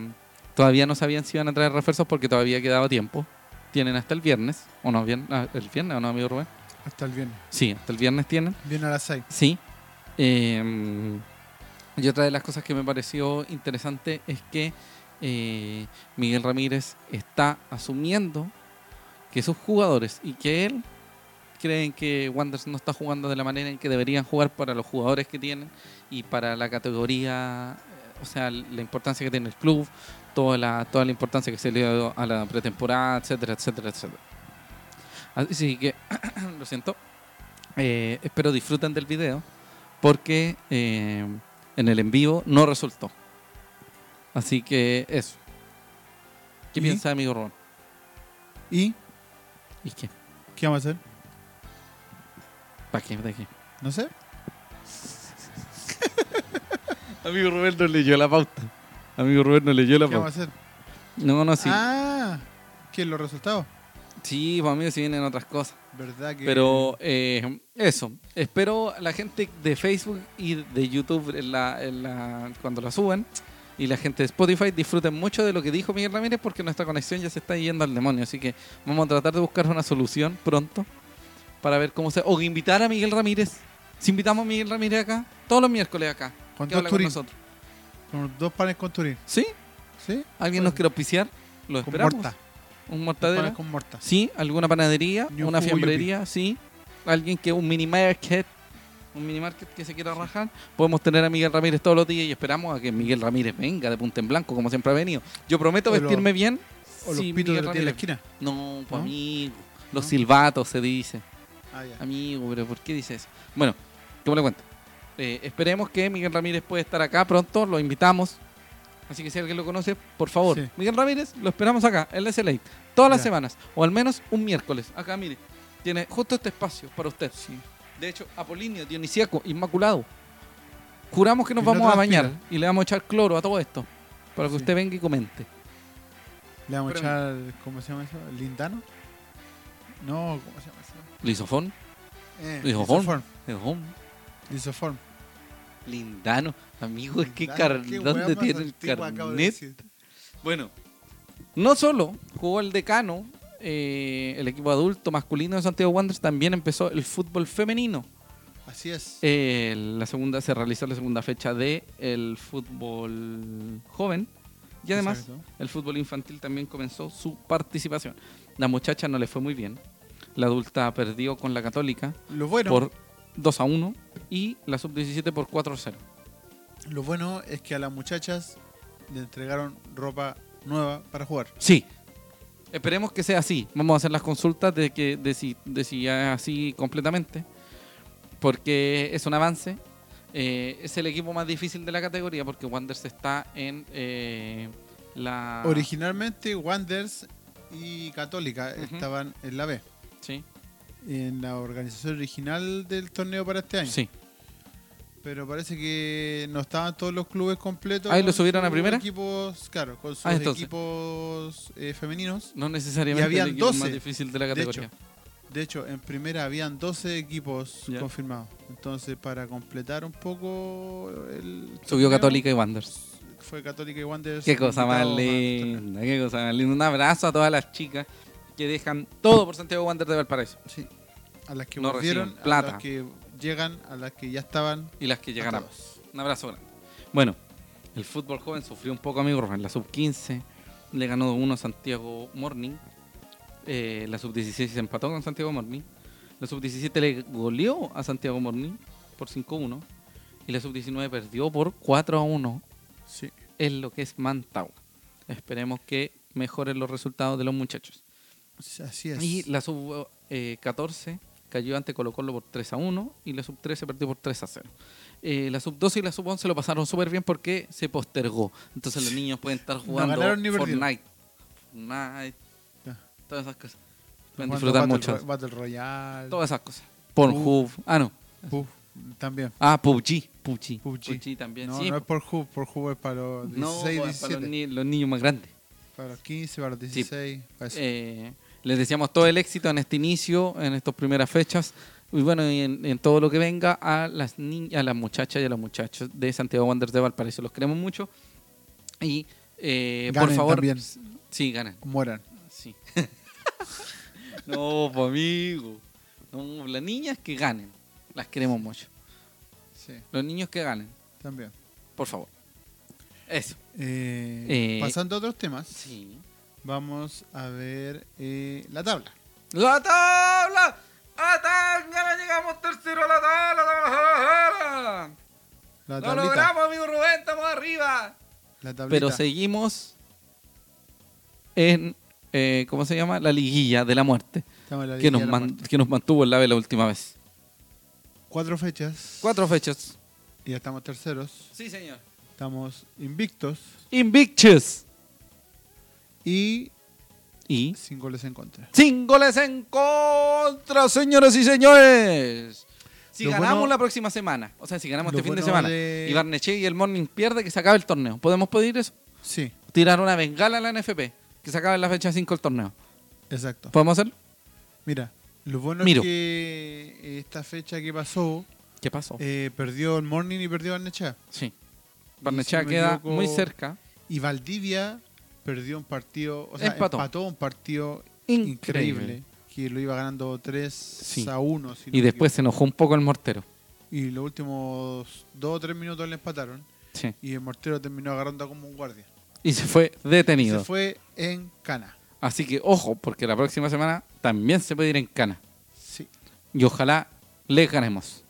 Todavía no sabían si iban a traer refuerzos porque todavía quedaba tiempo. Tienen hasta el viernes, o no, viernes, ah, el viernes, ¿o no, amigo Rubén? Hasta el viernes. Sí, hasta el viernes tienen. Viene a las 6. Sí. Eh, y otra de las cosas que me pareció interesante es que eh, Miguel Ramírez está asumiendo que sus jugadores y que él creen que Wanderers no está jugando de la manera en que deberían jugar para los jugadores que tienen y para la categoría, eh, o sea, la importancia que tiene el club, toda la, toda la importancia que se le dio a la pretemporada, etcétera, etcétera, etcétera. Así que, lo siento, eh, espero disfruten del video porque eh, en el en vivo no resultó. Así que eso. ¿Qué ¿Y? piensa, amigo Ron? ¿Y ¿Y qué? qué vamos a hacer? ¿Para qué? ¿De qué? No sé. Amigo Rubén no leyó la pauta. Amigo Rubén no leyó la ¿Qué vamos a hacer? No, no, Ah, sí. Ah, ¿qué los resultados? Sí, para mí sí vienen otras cosas. ¿Verdad que Pero eh, eso. Espero la gente de Facebook y de YouTube en la- en la- cuando la suban y la gente de Spotify disfruten mucho de lo que dijo Miguel Ramírez porque nuestra conexión ya se está yendo al demonio. Así que vamos a tratar de buscar una solución pronto para ver cómo se. O invitar a Miguel Ramírez. Si invitamos a Miguel Ramírez acá, todos los miércoles acá. Con que dos habla con Turín. nosotros. con dos panes con Turín? ¿Sí? ¿Sí? Bueno. ¿Alguien nos quiere auspiciar? Lo Con esperamos. morta. Un Panes mortadero. con morta. Sí, alguna panadería, Y un una jugo fiambrería, sí. Alguien que un mini market, un mini market que se quiera rajar. Podemos tener a Miguel Ramírez todos los días y esperamos a que Miguel Ramírez venga de punta en blanco, como siempre ha venido. Yo prometo O los- vestirme bien. O los si pitos de Miguel la tía de la Ramírez- esquina. No, pues ¿No? amigo. Los ¿No? silbatos se dice. Ah, ya. Amigo, pero ¿por qué dice eso? Bueno, ¿cómo le cuento? Eh, esperemos que Miguel Ramírez pueda estar acá pronto, lo invitamos. Así que si alguien lo conoce, por favor. Sí. Miguel Ramírez, lo esperamos acá, en la SLA, todas las Ya. semanas, o al menos un miércoles. Acá, mire, tiene justo este espacio para usted. De hecho, Apolinio, Dionisíaco, Inmaculado. Juramos que nos Y no vamos a transpira. bañar y le vamos a echar cloro a todo esto, para que Sí. usted venga y comente. Le vamos a Espérame. echar, ¿cómo se llama eso? ¿Lindano? No, ¿cómo se llama eso? Lisofón, Eh, Dijo Lizoform, Holm. Dijo, "Hom, Lizoform. Lindano. Amigo, es que Dale, car qué ¿dónde weá más tiene el antigua acabo de carnet? decir. Bueno, no solo jugó el decano, eh, el equipo adulto masculino de Santiago Wanderers, también empezó el fútbol femenino. Así es. Eh, la segunda se realizó la segunda fecha de el fútbol joven y además Exacto. el fútbol infantil también comenzó su participación. La muchacha no le fue muy bien. La adulta perdió con la católica Lo bueno, por 2 a 1 y la sub-17 por 4 a 0. lo bueno es que a las muchachas le entregaron ropa nueva para jugar. Sí. Esperemos que sea así. Vamos a hacer las consultas de que de si, de si ya es así completamente. Porque es un avance. Eh, es el equipo más difícil de la categoría porque Wanderers está en eh, la... Originalmente Wanderers y Católica Ujú. estaban en la B, Sí, en la organización original del torneo para este año. sí. Pero parece que no estaban todos los clubes completos. Ahí lo con subieron a sus primera. Equipos, claro, con sus Ah, entonces. equipos eh, femeninos. No necesariamente Y habían el equipo 12, más difícil de la categoría. hecho. De hecho, en primera habían 12 equipos Ya. confirmados. Entonces, para completar un poco el Subió torneo, Católica y Wanderers. Fue Católica y Wanderers. Qué cosa más invitados al torneo. linda, qué cosa más linda. Un abrazo a todas las chicas que dejan todo por Santiago Wanderers de Valparaíso. Sí. A las que No volvieron, reciben plata. a las que llegan, a las que ya estaban. Y las que a llegarán. todos. Un abrazo grande. Bueno, el fútbol joven sufrió un poco, amigo. En la sub-15 le ganó 1 a Santiago Morning. Eh, la sub-16 se empató con Santiago Morning. La sub-17 le goleó a Santiago Morning por 5-1. Y la sub-19 perdió por 4-1. Sí. Es lo que es Mantagua. Esperemos que mejoren los resultados de los muchachos. Así es. Y la sub-14 cayó ante Colo Colo por 3 a 1 y la sub-13 perdió por 3 a 0. Eh, la sub-12 y la sub-11 lo pasaron súper bien porque se postergó. Entonces los niños pueden estar jugando ganaron ni perdieron. Fortnite, Fortnite, Ya. todas esas cosas. Pueden Jugando disfrutar Battle mucho. Ro- Battle Royale. Todas esas cosas. Uh. Pornhub. Ah, no. Puf, también. Ah, PUBG. PUBG. PUBG. también. No, sí. no es por Hub, por Hub es para los No, 16, para 17. los, ni- los niños más grandes. Para los 15, para los 16. para eso. Eh, les deseamos todo el éxito en este inicio, en estas primeras fechas. Y bueno, y en, en todo lo que venga a las niñas, a las muchachas y a los muchachos de Santiago Wanderers de Valparaíso. Los queremos mucho. Y eh, por Ganen favor. también. Sí, ganan. Mueran. Sí. no, pues amigo. No, las niñas que ganen. Las queremos mucho. Sí, Los niños que ganen. también. Por favor. Eso. Eh, Eh, pasando a otros temas, Sí. vamos a ver eh, la tabla. ¡La tabla! ¡A Tangana llegamos tercero a la tabla! ¡La tabla! La ¡Lo tablita. logramos, amigo Rubén! ¡Estamos arriba! La tablita. Pero seguimos en, eh, ¿cómo se llama? La liguilla de la muerte Estamos en la que línea nos, de la man- muerte. que nos mantuvo el AVE la última vez. Cuatro fechas. Cuatro fechas. Y ya estamos terceros. Sí, señor. Estamos invictos. Invictus. Y Y sin goles en contra. sin goles en contra, señoras y señores. Si Lo ganamos bueno- la próxima semana, o sea, si ganamos lo este fin de bueno semana, de- y Barnechea y el Morning pierde, que se acabe el torneo. ¿Podemos pedir eso? Sí, tirar una bengala a la NFP, que se acabe en la fecha 5 el torneo. exacto. ¿Podemos hacerlo? Mira, lo bueno Miro. es que eh, esta fecha que pasó, ¿Qué pasó? eh, perdió el Morning y perdió Barnechea. sí. si Barnechea no me queda equivoco- muy cerca. Y Valdivia perdió un partido, o sea, empató, Empató. un partido Increíble. increíble. que lo iba ganando 3 Sí. a 1. si no Y me después se enojó un poco el mortero. Y los últimos dos o tres minutos le empataron. Sí. Y el mortero terminó agarrando como un guardia. Y se fue detenido. Se fue en cana. Así que ojo, porque la próxima semana también se puede ir en cana. Sí. Y ojalá le ganemos,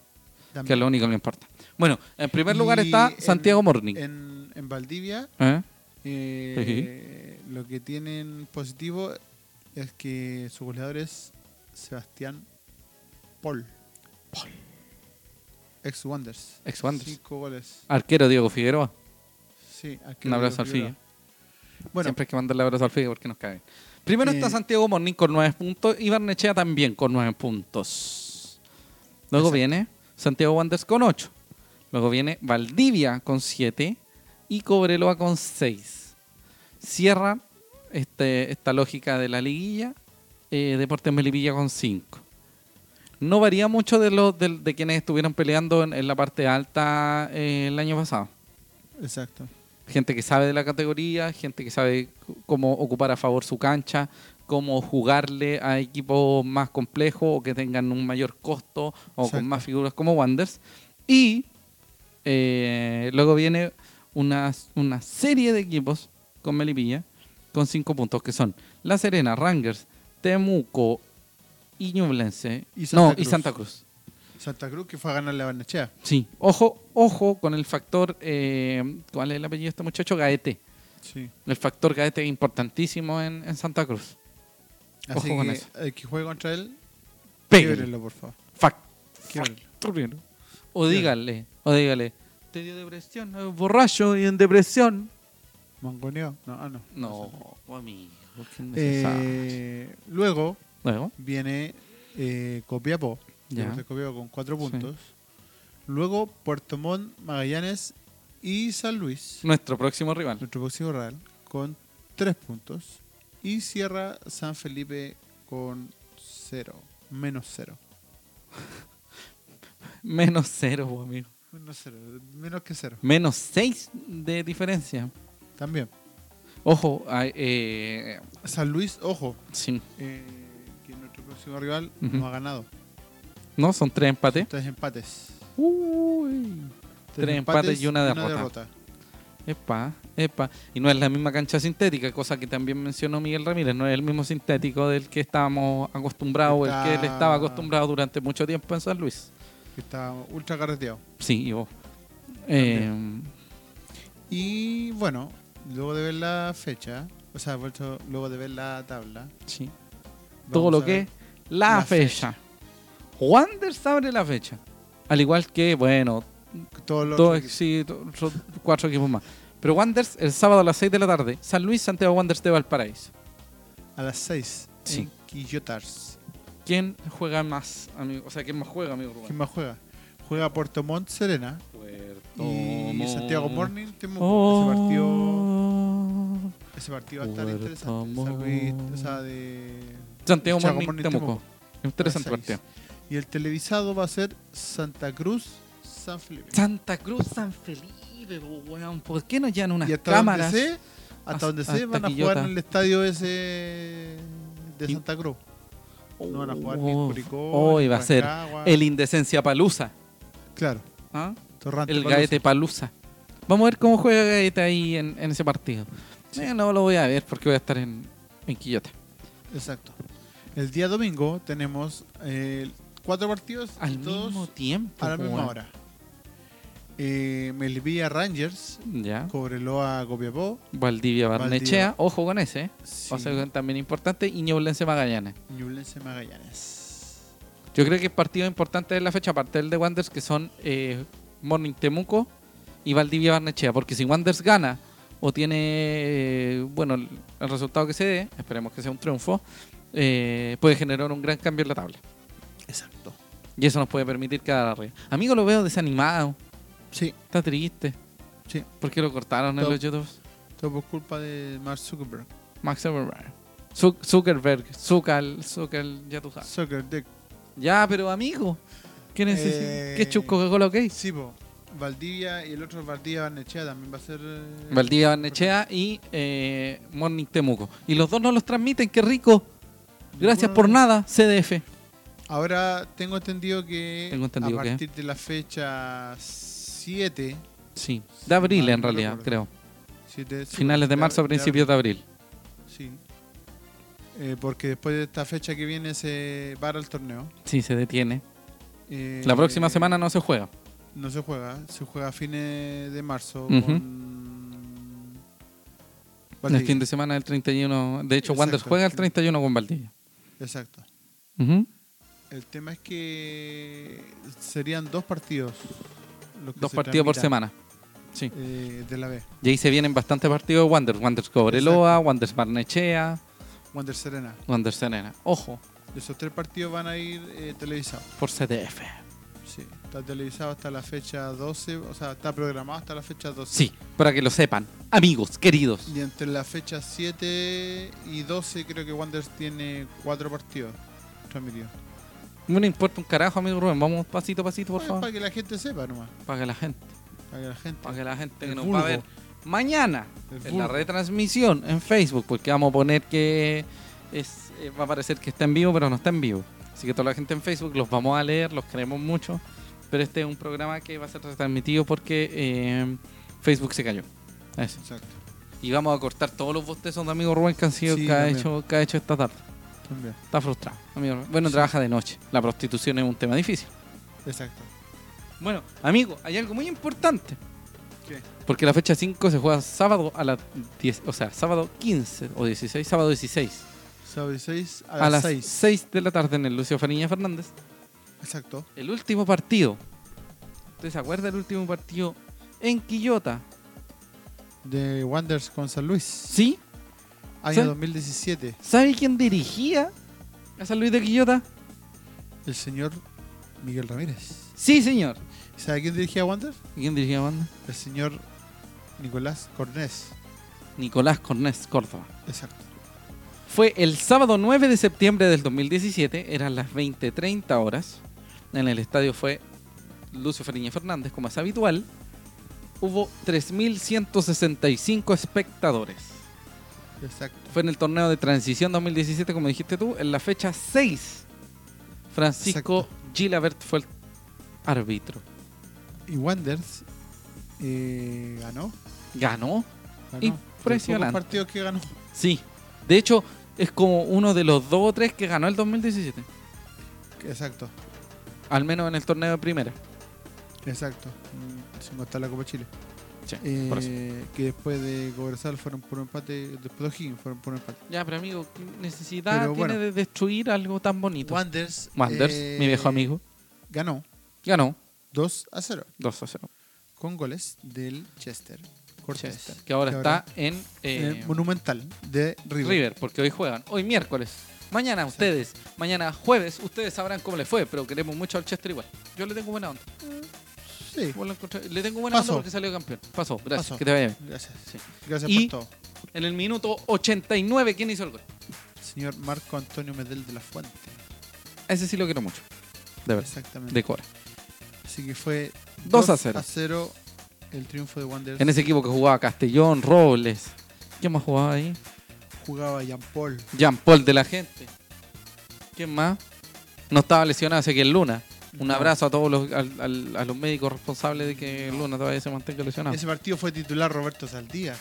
que es lo único que importa. Bueno, en primer lugar está Santiago Morning. En, en Valdivia, ¿Eh? eh, lo que tienen positivo es que su goleador es Sebastián Paul. Ex Wonders. Ex Wanders. Cinco goles. Arquero Diego Figueroa. Sí, aquí Un lo abrazo al primero. Figue. Bueno, Siempre hay que mandarle abrazo al Figue porque nos cae. Primero Eh, está Santiago Morning con 9 puntos y Barnechea también con 9 puntos. Luego Exacto. viene Santiago Wanderers con 8. Luego viene Valdivia con 7 y Cobreloa con 6. Cierra este, esta lógica de la liguilla eh, Deportes Melipilla con 5. no varía mucho de los de, de quienes estuvieron peleando en, en la parte alta eh, el año pasado. Exacto. Gente que sabe de la categoría, gente que sabe c- cómo ocupar a favor su cancha, cómo jugarle a equipos más complejos o que tengan un mayor costo o Exacto. con más figuras como Wanders. Y eh, luego viene una, una serie de equipos con Melipilla con cinco puntos que son La Serena, Rangers, Temuco, Iñublense Y Santa no, y Cruz. Santa Cruz. Santa Cruz que fue a ganarle a Barnechea. Sí. Ojo, ojo con el factor, eh, ¿cuál es el apellido de este muchacho? Gaete. Sí. El factor Gaete es importantísimo en, en Santa Cruz. Así Ojo con que eso. el que juegue contra él, Péguenle. quíbrelo, por favor. Fac- Quíbrelo. factor. O dígale, o dígale, te dio depresión, no, borracho y en depresión. Mangoneo. No, ah, no. No, Eh, amigo, qué innecesario. Eh, luego Luego, viene eh, Copiapó. Ya. Deportes Copiapó con cuatro Sí. puntos. Luego Puerto Montt, Magallanes y San Luis. nuestro próximo rival. Nuestro próximo rival con tres puntos. Y cierra San Felipe con cero. Menos cero. Menos cero, po, amigo. Menos cero. Menos que cero. Menos seis de diferencia. También. Ojo, ay, eh, San Luis, ojo. sí. eh, que nuestro próximo rival Ujú. no ha ganado. ¿no? Son tres empates. Tres empates. Uy. Tres empates y una derrota. Epa, epa. Y no es la misma cancha sintética, cosa que también mencionó Miguel Ramírez. No es el mismo sintético del que estábamos acostumbrados, o el que él estaba Está- acostumbrado durante mucho tiempo en San Luis. Que está ultra carreteado. Sí, y vos. Eh, Y bueno, luego de ver la fecha, o sea, vuelto- luego de ver la tabla. sí. vamos Todo lo a que es ver- la, la fecha. Wanders abre la fecha. Al igual que, bueno, Todo lo Dos, que- sí, to- so- cuatro equipos más. Pero Wanderers el sábado a las 6 de la tarde. San Luis, Santiago Wanderers de Valparaíso. a las 6 Sí. en Quillotars. ¿Quién juega más, amigo? O sea, ¿quién más juega, amigo ¿Quién Rubén? más juega? Juega Puerto Montt Serena y Montt. Santiago Morning. Temuco. Ese partido, Oh. ese partido va a estar Puerto interesante. San Luis, o sea, de Santiago Chaco, Morning, Morning, Temuco. Interesante a las partido. seis. Y el televisado va a ser Santa Cruz, San Felipe. Santa Cruz, San Felipe, po, weón. ¿Por qué no llevan unas y hasta cámaras? donde sé, hasta hasta- donde sé, hasta van a Quillota. jugar en el estadio ese de Y- Santa Cruz. No van a jugar ni en Oh, Curicó, oh, ni y en va a ser Rancagua. el Indecencia Palusa. Claro, ¿Ah? Torrante. El Palusa. Gaete Palusa. Vamos a ver cómo juega Gaete ahí en, en ese partido. Eh, no lo voy a ver porque voy a estar en, en Quillota. Exacto. El día domingo tenemos eh, cuatro partidos, Al todos mismo tiempo. a la misma weón. hora. Eh, Melvilla Rangers, Ya. Cobreloa Copiapó, Valdivia Barnechea. Ojo con ese. ¿eh? Va a sí, ser también importante. Y Ñublense Magallanes. Ñublense Magallanes. Yo creo que partidos importantes de la fecha, aparte del de Wanderers, que son eh, Morning Temuco y Valdivia Barnechea. Porque si Wanderers gana o tiene, eh, bueno, el el resultado que se dé, esperemos que sea un triunfo, eh, puede generar un gran cambio en la tabla. Exacto. Y eso nos puede permitir quedar arriba. Amigo, lo veo desanimado. Sí, Está triste. Sí. ¿Por qué lo cortaron en Todo- los youtubers? todo por culpa de Mark Zuckerberg. Max Zuckerberg. Zuc- Zuckerberg. Zucker, Zucker, ya tú sabes. Zuckerberg. Ya, pero amigo. ¿Qué necesitas? Eh, ¿Qué chusco que coloquéis? Sí, po. Valdivia y el otro es Valdivia Barnechea también va a ser. eh, Valdivia Barnechea y eh, Morning Temuco. Y los dos no los transmiten, qué rico. Gracias Ninguno por de- nada, CDF. Ahora tengo entendido que Tengo entendido a que- partir de la fecha 7, Sí, Sí, de abril mal, en no realidad, recuerdo. creo. Finales de marzo, principios de abril. Sí. Eh, porque después de esta fecha que viene se para el torneo. Sí, se detiene. Eh, La próxima semana no se juega. No se juega, se juega a fines de marzo. Ujú. con El fin Valdivia. de semana del 31. De hecho, Exacto. Wander juega el 31 con Valdivia. Exacto. Ujú. El tema es que serían dos partidos. los que Dos se partidos por tramitan, semana. Sí. eh, de la B. Y ahí se vienen bastantes partidos de Wander. Wander Cobreloa, Wander Barnechea, Wander Serena. Wander Serena. Ojo, Esos tres partidos van a ir eh, televisados. por CDF. Sí, está televisado hasta la fecha 12, o sea, está programado hasta la fecha 12. Sí, para que lo sepan. Amigos, queridos. Y entre la fecha 7 y 12 creo que Wanderers tiene cuatro partidos transmitidos. No me importa un carajo, amigo Rubén. Vamos pasito a pasito, por Bueno, favor. Para que la gente sepa nomás. Para que la gente, Para que la gente. para que la gente que El nos va vulgo. a ver mañana El en la vulgo. retransmisión en Facebook, porque vamos a poner que es, eh, va a parecer que está en vivo, pero no está en vivo. Así que toda la gente en Facebook los vamos a leer, los queremos mucho. Pero este es un programa que va a ser retransmitido porque eh, Facebook se cayó. Eso. Exacto. Y vamos a cortar todos los bostezos de amigo Rubén que han sido Sí, que, ha también. hecho, que ha hecho esta tarde. También. Está frustrado. Amigo Rubén. Bueno, trabaja de noche. La prostitución es un tema difícil. Exacto. Bueno, amigo, hay algo muy importante. ¿Qué? Porque la fecha 5 se juega sábado a las 10, o sea, sábado 15 o 16, sábado 16. Sábado 6 A, a, las las 6. 6 de la tarde en el Lucio Fariña Fernández. Exacto. El último partido. ¿Usted se acuerda del último partido en Quillota? De Wanders con San Luis. ¿Sí? Año ¿Sí? 2017. ¿Sabe quién dirigía a San Luis de Quillota? El señor Miguel Ramírez. Sí, señor. ¿Sabe quién dirigía Wander? ¿Y ¿Quién dirigía la banda? El señor Nicolás Cornés. Nicolás Cornés Córdoba. Exacto. Fue el sábado 9 de septiembre del 2017, eran las 20:30 horas. En el estadio fue Lucio Fariña Fernández, como es habitual. Hubo 3.165 espectadores. Exacto. Fue en el torneo de transición 2017, como dijiste tú, en la fecha 6. Francisco Gilabert fue el árbitro. Y Wanders eh, ganó. Ganó. ganó. Impresionante. Pocos partidos que ganó. Sí. De hecho, es como uno de los dos o tres que ganó el 2017. Exacto. Al menos en el torneo de primera. Exacto. Mm, Sin contar la Copa Chile. Sí, por eso. Eh, que después de Cobresal fueron por un empate. Después de O'Higgins fueron por un empate. Ya, pero amigo, ¿qué necesidad Pero tiene bueno. de destruir algo tan bonito? Wanders. Wanders, eh, mi viejo amigo, Ganó ganó 2 a 0 2 a 0. con goles del Chester Cortés. Chester, que ahora está en en eh, el Monumental de River. River. porque hoy juegan. Hoy miércoles. Mañana ustedes, mañana jueves, ustedes sabrán cómo les fue, pero queremos mucho al Chester igual. Yo le tengo buena onda. Sí. Igual lo encontré- Le tengo buena Pasó. onda porque salió campeón. Pasó, gracias. Pasó. Que te vaya bien. Gracias. Sí. Gracias Y- por todo. En el minuto 89, ¿quién hizo el gol? Señor Marco Antonio Medel de la Fuente. A ese sí lo quiero mucho. De verdad. Exactamente. De Cora. Así que fue Dos a cero. el triunfo de Wanderers. En ese equipo que jugaba Castellón, Robles. ¿Quién más jugaba ahí? jugaba Jean Paul. Jean Paul de la gente. ¿Quién más? No estaba lesionado hace que el Luna. Un No. abrazo a todos los, al- al- a los médicos responsables de que el Luna todavía se mantenga lesionado. Ese partido fue titular Roberto Saldías.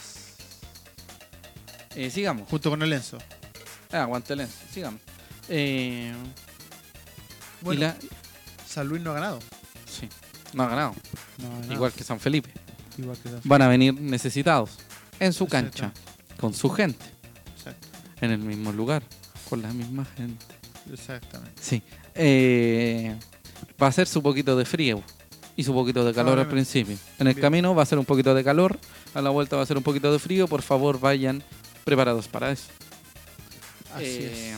Eh, sigamos. Junto con Alenzo. Ah, aguante Lenzo. Sigamos. Eh, Bueno, y la- San Luis no ha ganado. sí, no Mm. ha ganado. No ha ganado. Igual que San Felipe. Igual que San Van a venir necesitados. En su cancha. Exactamente. Con su gente. Exacto. En el mismo lugar. Con la misma gente. Exactamente. Sí. Eh, va a ser su poquito de frío y su poquito de calor al Probablemente. principio. En el Ah, Bien. camino va a ser un poquito de calor, a la vuelta va a ser un poquito de frío. Por favor, vayan preparados para eso. Así Eh,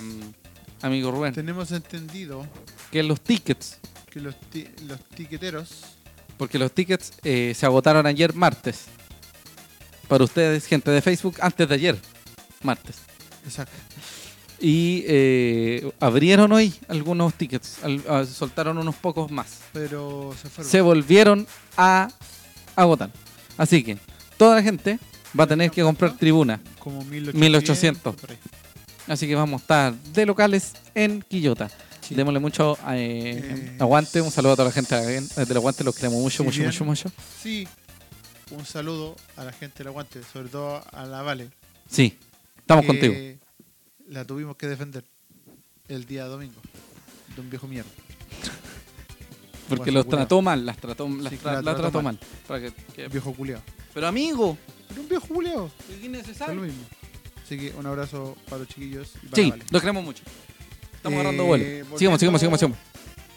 Amigo Rubén, es. Tenemos entendido que los tickets, que los, ti- los tiqueteros. porque los tickets eh, se agotaron ayer martes. Para ustedes, gente de Facebook, antes de ayer, martes. Exacto. Y eh, abrieron hoy algunos tickets, al- ah, soltaron unos pocos más. Pero se fueron. se volvieron a agotar. Así que toda la gente va a tener que comprar tribuna. Como 1800. 1800. por ahí. Así que vamos a estar de locales en Quillota. Sí. Démosle mucho eh, Eh, aguante. Un saludo a toda la gente del aguante. Los queremos mucho, si mucho, bien- mucho, mucho. Sí. Un saludo a la gente del aguante, sobre todo a la Vale. Sí, estamos que contigo. La tuvimos que defender el día domingo. De un viejo mierda. Porque guaso culiao. los trató mal, las trató, las Sí, tra- la la trató trató mal. mal. Para que- que- Un viejo culiao. Pero amigo, Pero un viejo culiao. es Es lo innecesario. mismo. Así que un abrazo para los chiquillos y para Sí, la Vale. los queremos mucho. Estamos Eh, agarrando vuelo. Sigamos, volviendo- sigamos, sigamos, sigamos.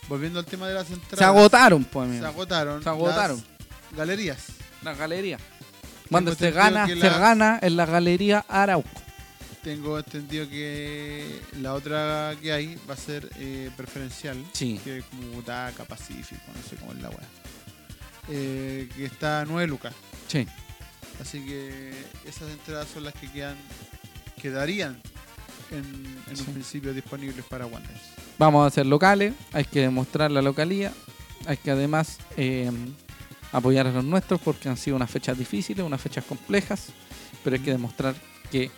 Volviendo al tema de las entradas. Se agotaron, pues, Se amigo. agotaron. Se agotaron. las galerías. La galería. Cuando se entendido gana, que se la- gana en la galería Arauco. Tengo entendido que la otra que hay va a ser eh, preferencial. Sí. Que es como Butaca, Pacífico, no sé cómo es la weá. Eh, que está a 9 lucas. Sí. Así que esas entradas son las que quedan, quedarían en, en Sí. un principio disponibles para Wanderers. Vamos a ser locales, hay que demostrar la localía, hay que además eh, apoyar a los nuestros porque han sido unas fechas difíciles, unas fechas complejas, pero hay que demostrar que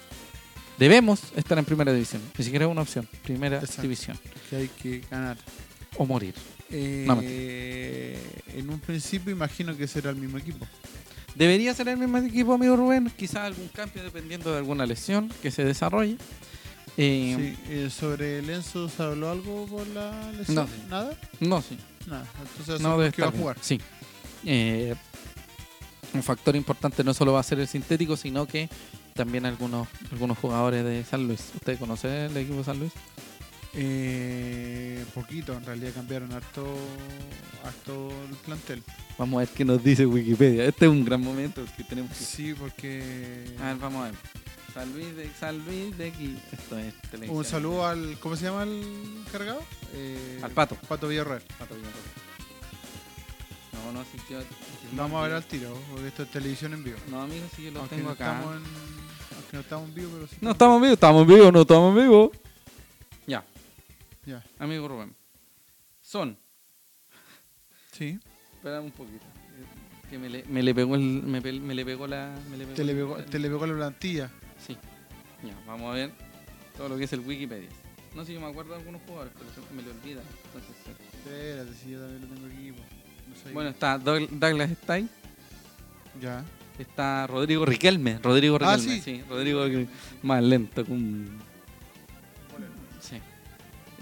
debemos estar en primera división. Ni siquiera es una opción, primera Exacto. división que hay que ganar. o morir. Eh, No, en un principio imagino que será el mismo equipo. Debería ser el mismo equipo, amigo Rubén. Quizás algún cambio dependiendo de alguna lesión que se desarrolle. Eh, Sí, eh, sobre el Enzo se habló algo por la lesión. No. ¿Nada? No, sí. Nada. Entonces No debe asumimos que va a estar bien. jugar. Sí. Eh, un factor importante no solo va a ser el sintético, sino que también algunos algunos jugadores de San Luis. ¿Usted conoce el equipo de San Luis? Eh, poquito, en realidad cambiaron harto, harto el plantel. Vamos a ver qué nos dice Wikipedia. Este es un gran momento que tenemos que... Sí, porque... A ver, vamos a ver. San Luis de San Luis de aquí. Esto es televisión. Un saludo al... ¿Cómo se llama el encargado? Eh, Al Pato. Pato Villarreal. Pato Villarreal. No, no, si yo... Lo vamos a ver al tiro, porque esto es televisión en vivo. No, amigo, si yo lo Aunque tengo no acá. Estamos en, aunque no estamos en vivo, pero sí. No estamos vivos, estamos vivos, no estamos vivos. Ya, Ya, amigo Rubén. Son, sí. espera un poquito. Eh, Que me le, me le pegó el, me, pe- me le pegó la, me le pegó Te le, el- pegó, te le pegó la plantilla. Sí. Ya, vamos a ver todo lo que es el Wikipedia. No sé, yo me acuerdo de algunos jugadores, pero se- me le olvida. Entonces, eh. Espérate, si yo también lo tengo aquí. po. No soy- Bueno, está Doug- Douglas Stay, ya. está Rodrigo Riquelme, Rodrigo Riquelme, Ah, sí. Rodrigo Riquelme. más lento que un Sí.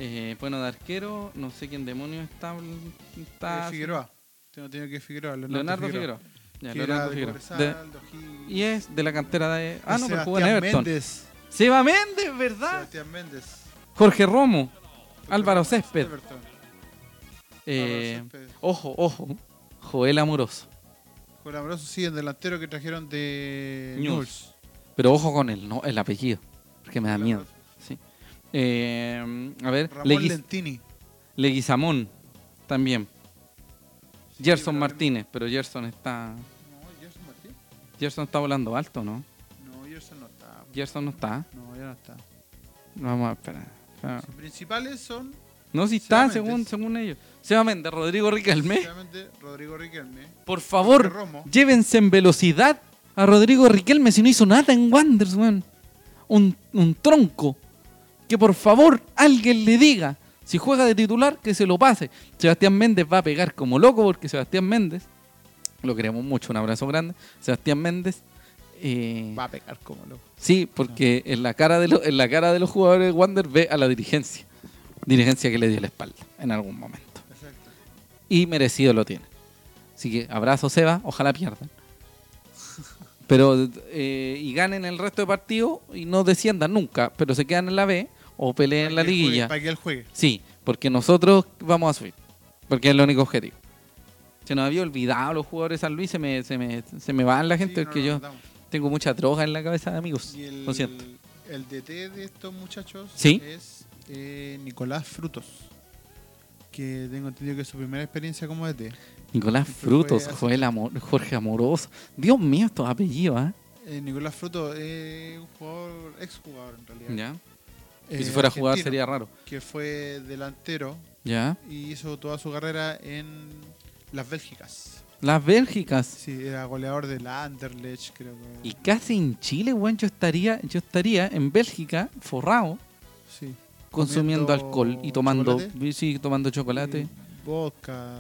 Eh, bueno, de arquero, no sé quién demonio está. está Eh, Figueroa. Tengo, tengo que Figueroa. Leonardo Figueroa. Ya, Que Leonardo era de Figueroa. De- Cobresal, de O'Higgins. y es de la cantera de. Ah, no, pero jugó en Sebastián Everton. Méndez. Seba Méndez, ¿verdad? Ah. Sebastián Méndez. Jorge Romo. Otro Álvaro más, Césped. Everton. Álvaro Eh, Césped. ojo, ojo. Joel Amoroso. Juan Amoroso, sí, el delantero que trajeron de News. Pero ojo con el, no, el apellido. Porque me da miedo. Sí. Eh, a ver, Ramón Leguiz- Lentini. Leguizamón también. Sí, Gerson probablemente- Martínez, pero Gerson está. No, Gerson Martínez. Gerson está volando alto, ¿no? No, Gerson no está. Gerson no está. No, ya no está. Vamos a esperar. Ah. Sus principales son, No, si está, Seba según, Méndez. según ellos. Seba Méndez, Rodrigo Riquelme. obviamente, Rodrigo Riquelme. Por favor, Jorge Romo. llévense en velocidad a Rodrigo Riquelme si no hizo nada en Wanderers, weón. Un, un tronco. Que por favor alguien le diga, si juega de titular, que se lo pase. Sebastián Méndez va a pegar como loco porque Sebastián Méndez, lo queremos mucho, un abrazo grande. Sebastián Méndez. eh, Va a pegar como loco. Sí, porque en la cara de los, en la cara de los jugadores de Wander ve a la dirigencia. Dirigencia que le dio la espalda en algún momento. Exacto. Y merecido lo tiene. Así que abrazo Seba, ojalá pierdan. Pero eh, y ganen el resto de partidos y no desciendan nunca, pero se quedan en la B o peleen en la Para que él liguilla. juegue- Para que él juegue. Sí, porque nosotros vamos a subir. Porque es el único objetivo. Se nos había olvidado los jugadores de San Luis, se me, se me, se me van la gente Sí, no porque lo yo notamos. tengo mucha droga en la cabeza de amigos. Y el, Lo siento. el DT de estos muchachos Sí. es eh, Nicolás Frutos. Que tengo entendido que es su primera experiencia como DT. Nicolás Fue- Frutos, fue- Joel Amor- Jorge Amoroso. Dios mío, estos apellidos, ¿ah? Eh, Nicolás Frutos es un jugador, ex jugador en realidad. ¿Ya? Eh, y si fuera a jugar argentino, sería raro. Que fue delantero ¿Ya? y hizo toda su carrera en las Bélgicas. Las Bélgicas. Sí, era goleador de la Anderlecht, creo que. Y casi en Chile, weón, yo estaría, yo estaría en Bélgica, forrado, Sí. consumiendo alcohol y tomando chocolate. sí, tomando chocolate. Y vodka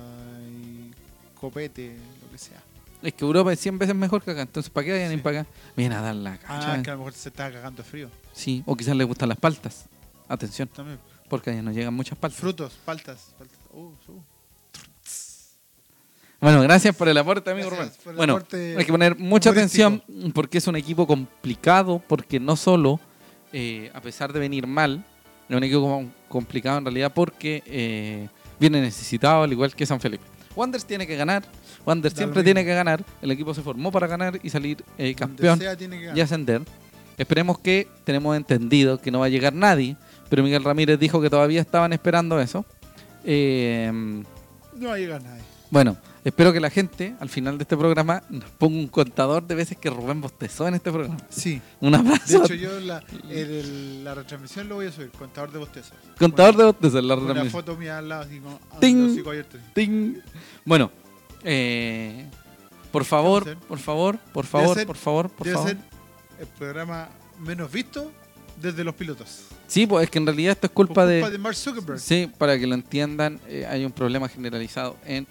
y copete, lo que sea. Es que Europa es 100 veces mejor que acá, entonces ¿para qué vayan a ir Sí. para acá? Vienen a dar la Ah, cacha. que a lo mejor se estaba cagando de frío Sí, o quizás les gustan las paltas. Atención, también. porque allá no llegan muchas paltas. Frutos, paltas. paltas. Uh, uh. Bueno, gracias por el aporte, amigo Gracias Rubén. por el bueno, aporte hay que poner mucha humorístico. atención porque es un equipo complicado, porque no solo, eh, a pesar de venir mal, es un equipo com- complicado en realidad porque eh, viene necesitado, al igual que San Felipe. Wanderers tiene que ganar, Wanderers Da siempre lo mismo. tiene que ganar, el equipo se formó para ganar y salir eh, Donde campeón sea, tiene que ganar. y ascender. Esperemos que tenemos entendido que no va a llegar nadie, pero Miguel Ramírez dijo que todavía estaban esperando eso. Eh, No va a llegar nadie. Bueno, espero que la gente al final de este programa nos ponga un contador de veces que Rubén bostezó en este programa. Sí. Un De abrazo. hecho, yo la, el- el- la retransmisión lo voy a subir, contador de bostezos. contador de Una- bostezos, la Una retransmisión. foto mía al lado, así como. ah, Ting. los hocicos abiertos. Ting. Bueno, eh, por favor, Debe ser. por favor, por favor, ser- por favor, por Debe favor. ser el programa menos visto desde los pilotos. Sí, pues es que en realidad esto es Por culpa de... de Mark Zuckerberg. Sí, para que lo entiendan, eh, hay un problema generalizado en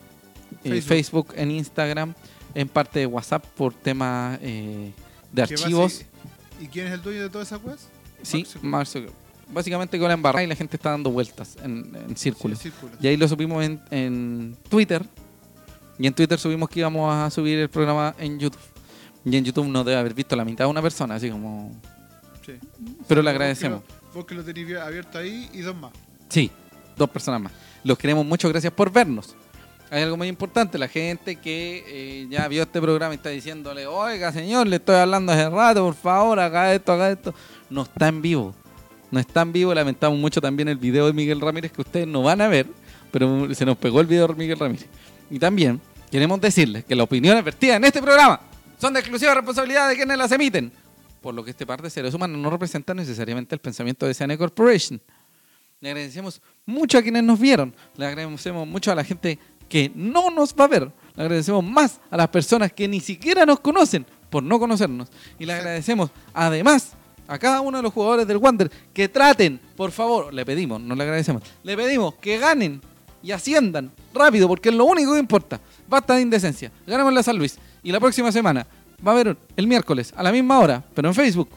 eh, Facebook. Facebook. en Instagram, en parte de WhatsApp por temas eh, de que archivos. basi- ¿Y quién es el dueño de todas esas cosas? Sí, Zuckerberg. Mark Zuckerberg. Básicamente con la embarrada y la gente está dando vueltas en, en círculos. círculo. Y ahí lo subimos en, en Twitter. Y en Twitter subimos que íbamos a subir el programa en YouTube. Y en YouTube no debe haber visto la mitad de una persona, así como... Sí. Pero Vos que le agradecemos. lo- Vos que lo tenéis abierto ahí y dos más. Sí, dos personas más. Los queremos mucho, gracias por vernos. Hay algo muy importante, la gente que eh, ya vio este programa y está diciéndole, oiga señor, le estoy hablando hace rato, por favor, haga esto, haga esto. No está en vivo, no está en vivo, lamentamos mucho también el video de Miguel Ramírez que ustedes no van a ver, pero se nos pegó el video de Miguel Ramírez. Y también queremos decirles que las opiniones vertidas en este programa son de exclusiva responsabilidad de quienes las emiten, por lo que este par de seres humanos no representan necesariamente el pensamiento de Sane E Corporation. Le agradecemos mucho a quienes nos vieron. Le agradecemos mucho a la gente que no nos va a ver. Le agradecemos más a las personas que ni siquiera nos conocen por no conocernos. Y le agradecemos además a cada uno de los jugadores del Wander que traten, por favor, le pedimos, no le agradecemos, le pedimos que ganen y asciendan rápido porque es lo único que importa. Basta de indecencia. Ganamos la San Luis. Y la próxima semana va a haber el miércoles a la misma hora, pero en Facebook.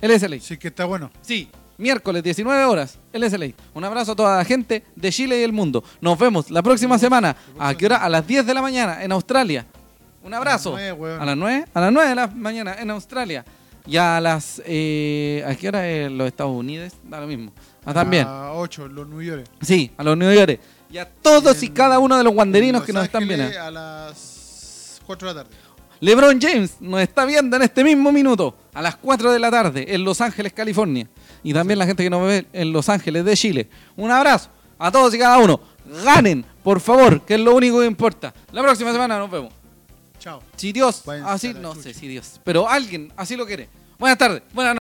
LSLA. Sí, que está bueno. Sí, miércoles 19 horas, LSLA. Un abrazo a toda la gente de Chile y el mundo. Nos vemos la próxima semana. ¿A qué hora? A las 10 de la mañana en Australia. Un abrazo. A las nueve, weón. A las 9, a las 9 de la mañana en Australia. Y a las... eh, ¿A qué hora en los Estados Unidos? Da lo mismo. Ah, también. A 8, los New York. Sí, a los New York. Y a todos y En- cada uno de los guanderinos Los que nos están Ángeles viendo. A las 4 de la tarde. LeBron James nos está viendo en este mismo minuto, a las 4 de la tarde, en Los Ángeles, California. Y también la gente que nos ve en Los Ángeles de Chile. Un abrazo a todos y cada uno. Ganen, por favor, que es lo único que importa. La próxima semana nos vemos. Chao. Si Dios, Váyanse a así, la no chucha. sé si Dios, pero alguien así lo quiere. Buenas tardes, buenas noches.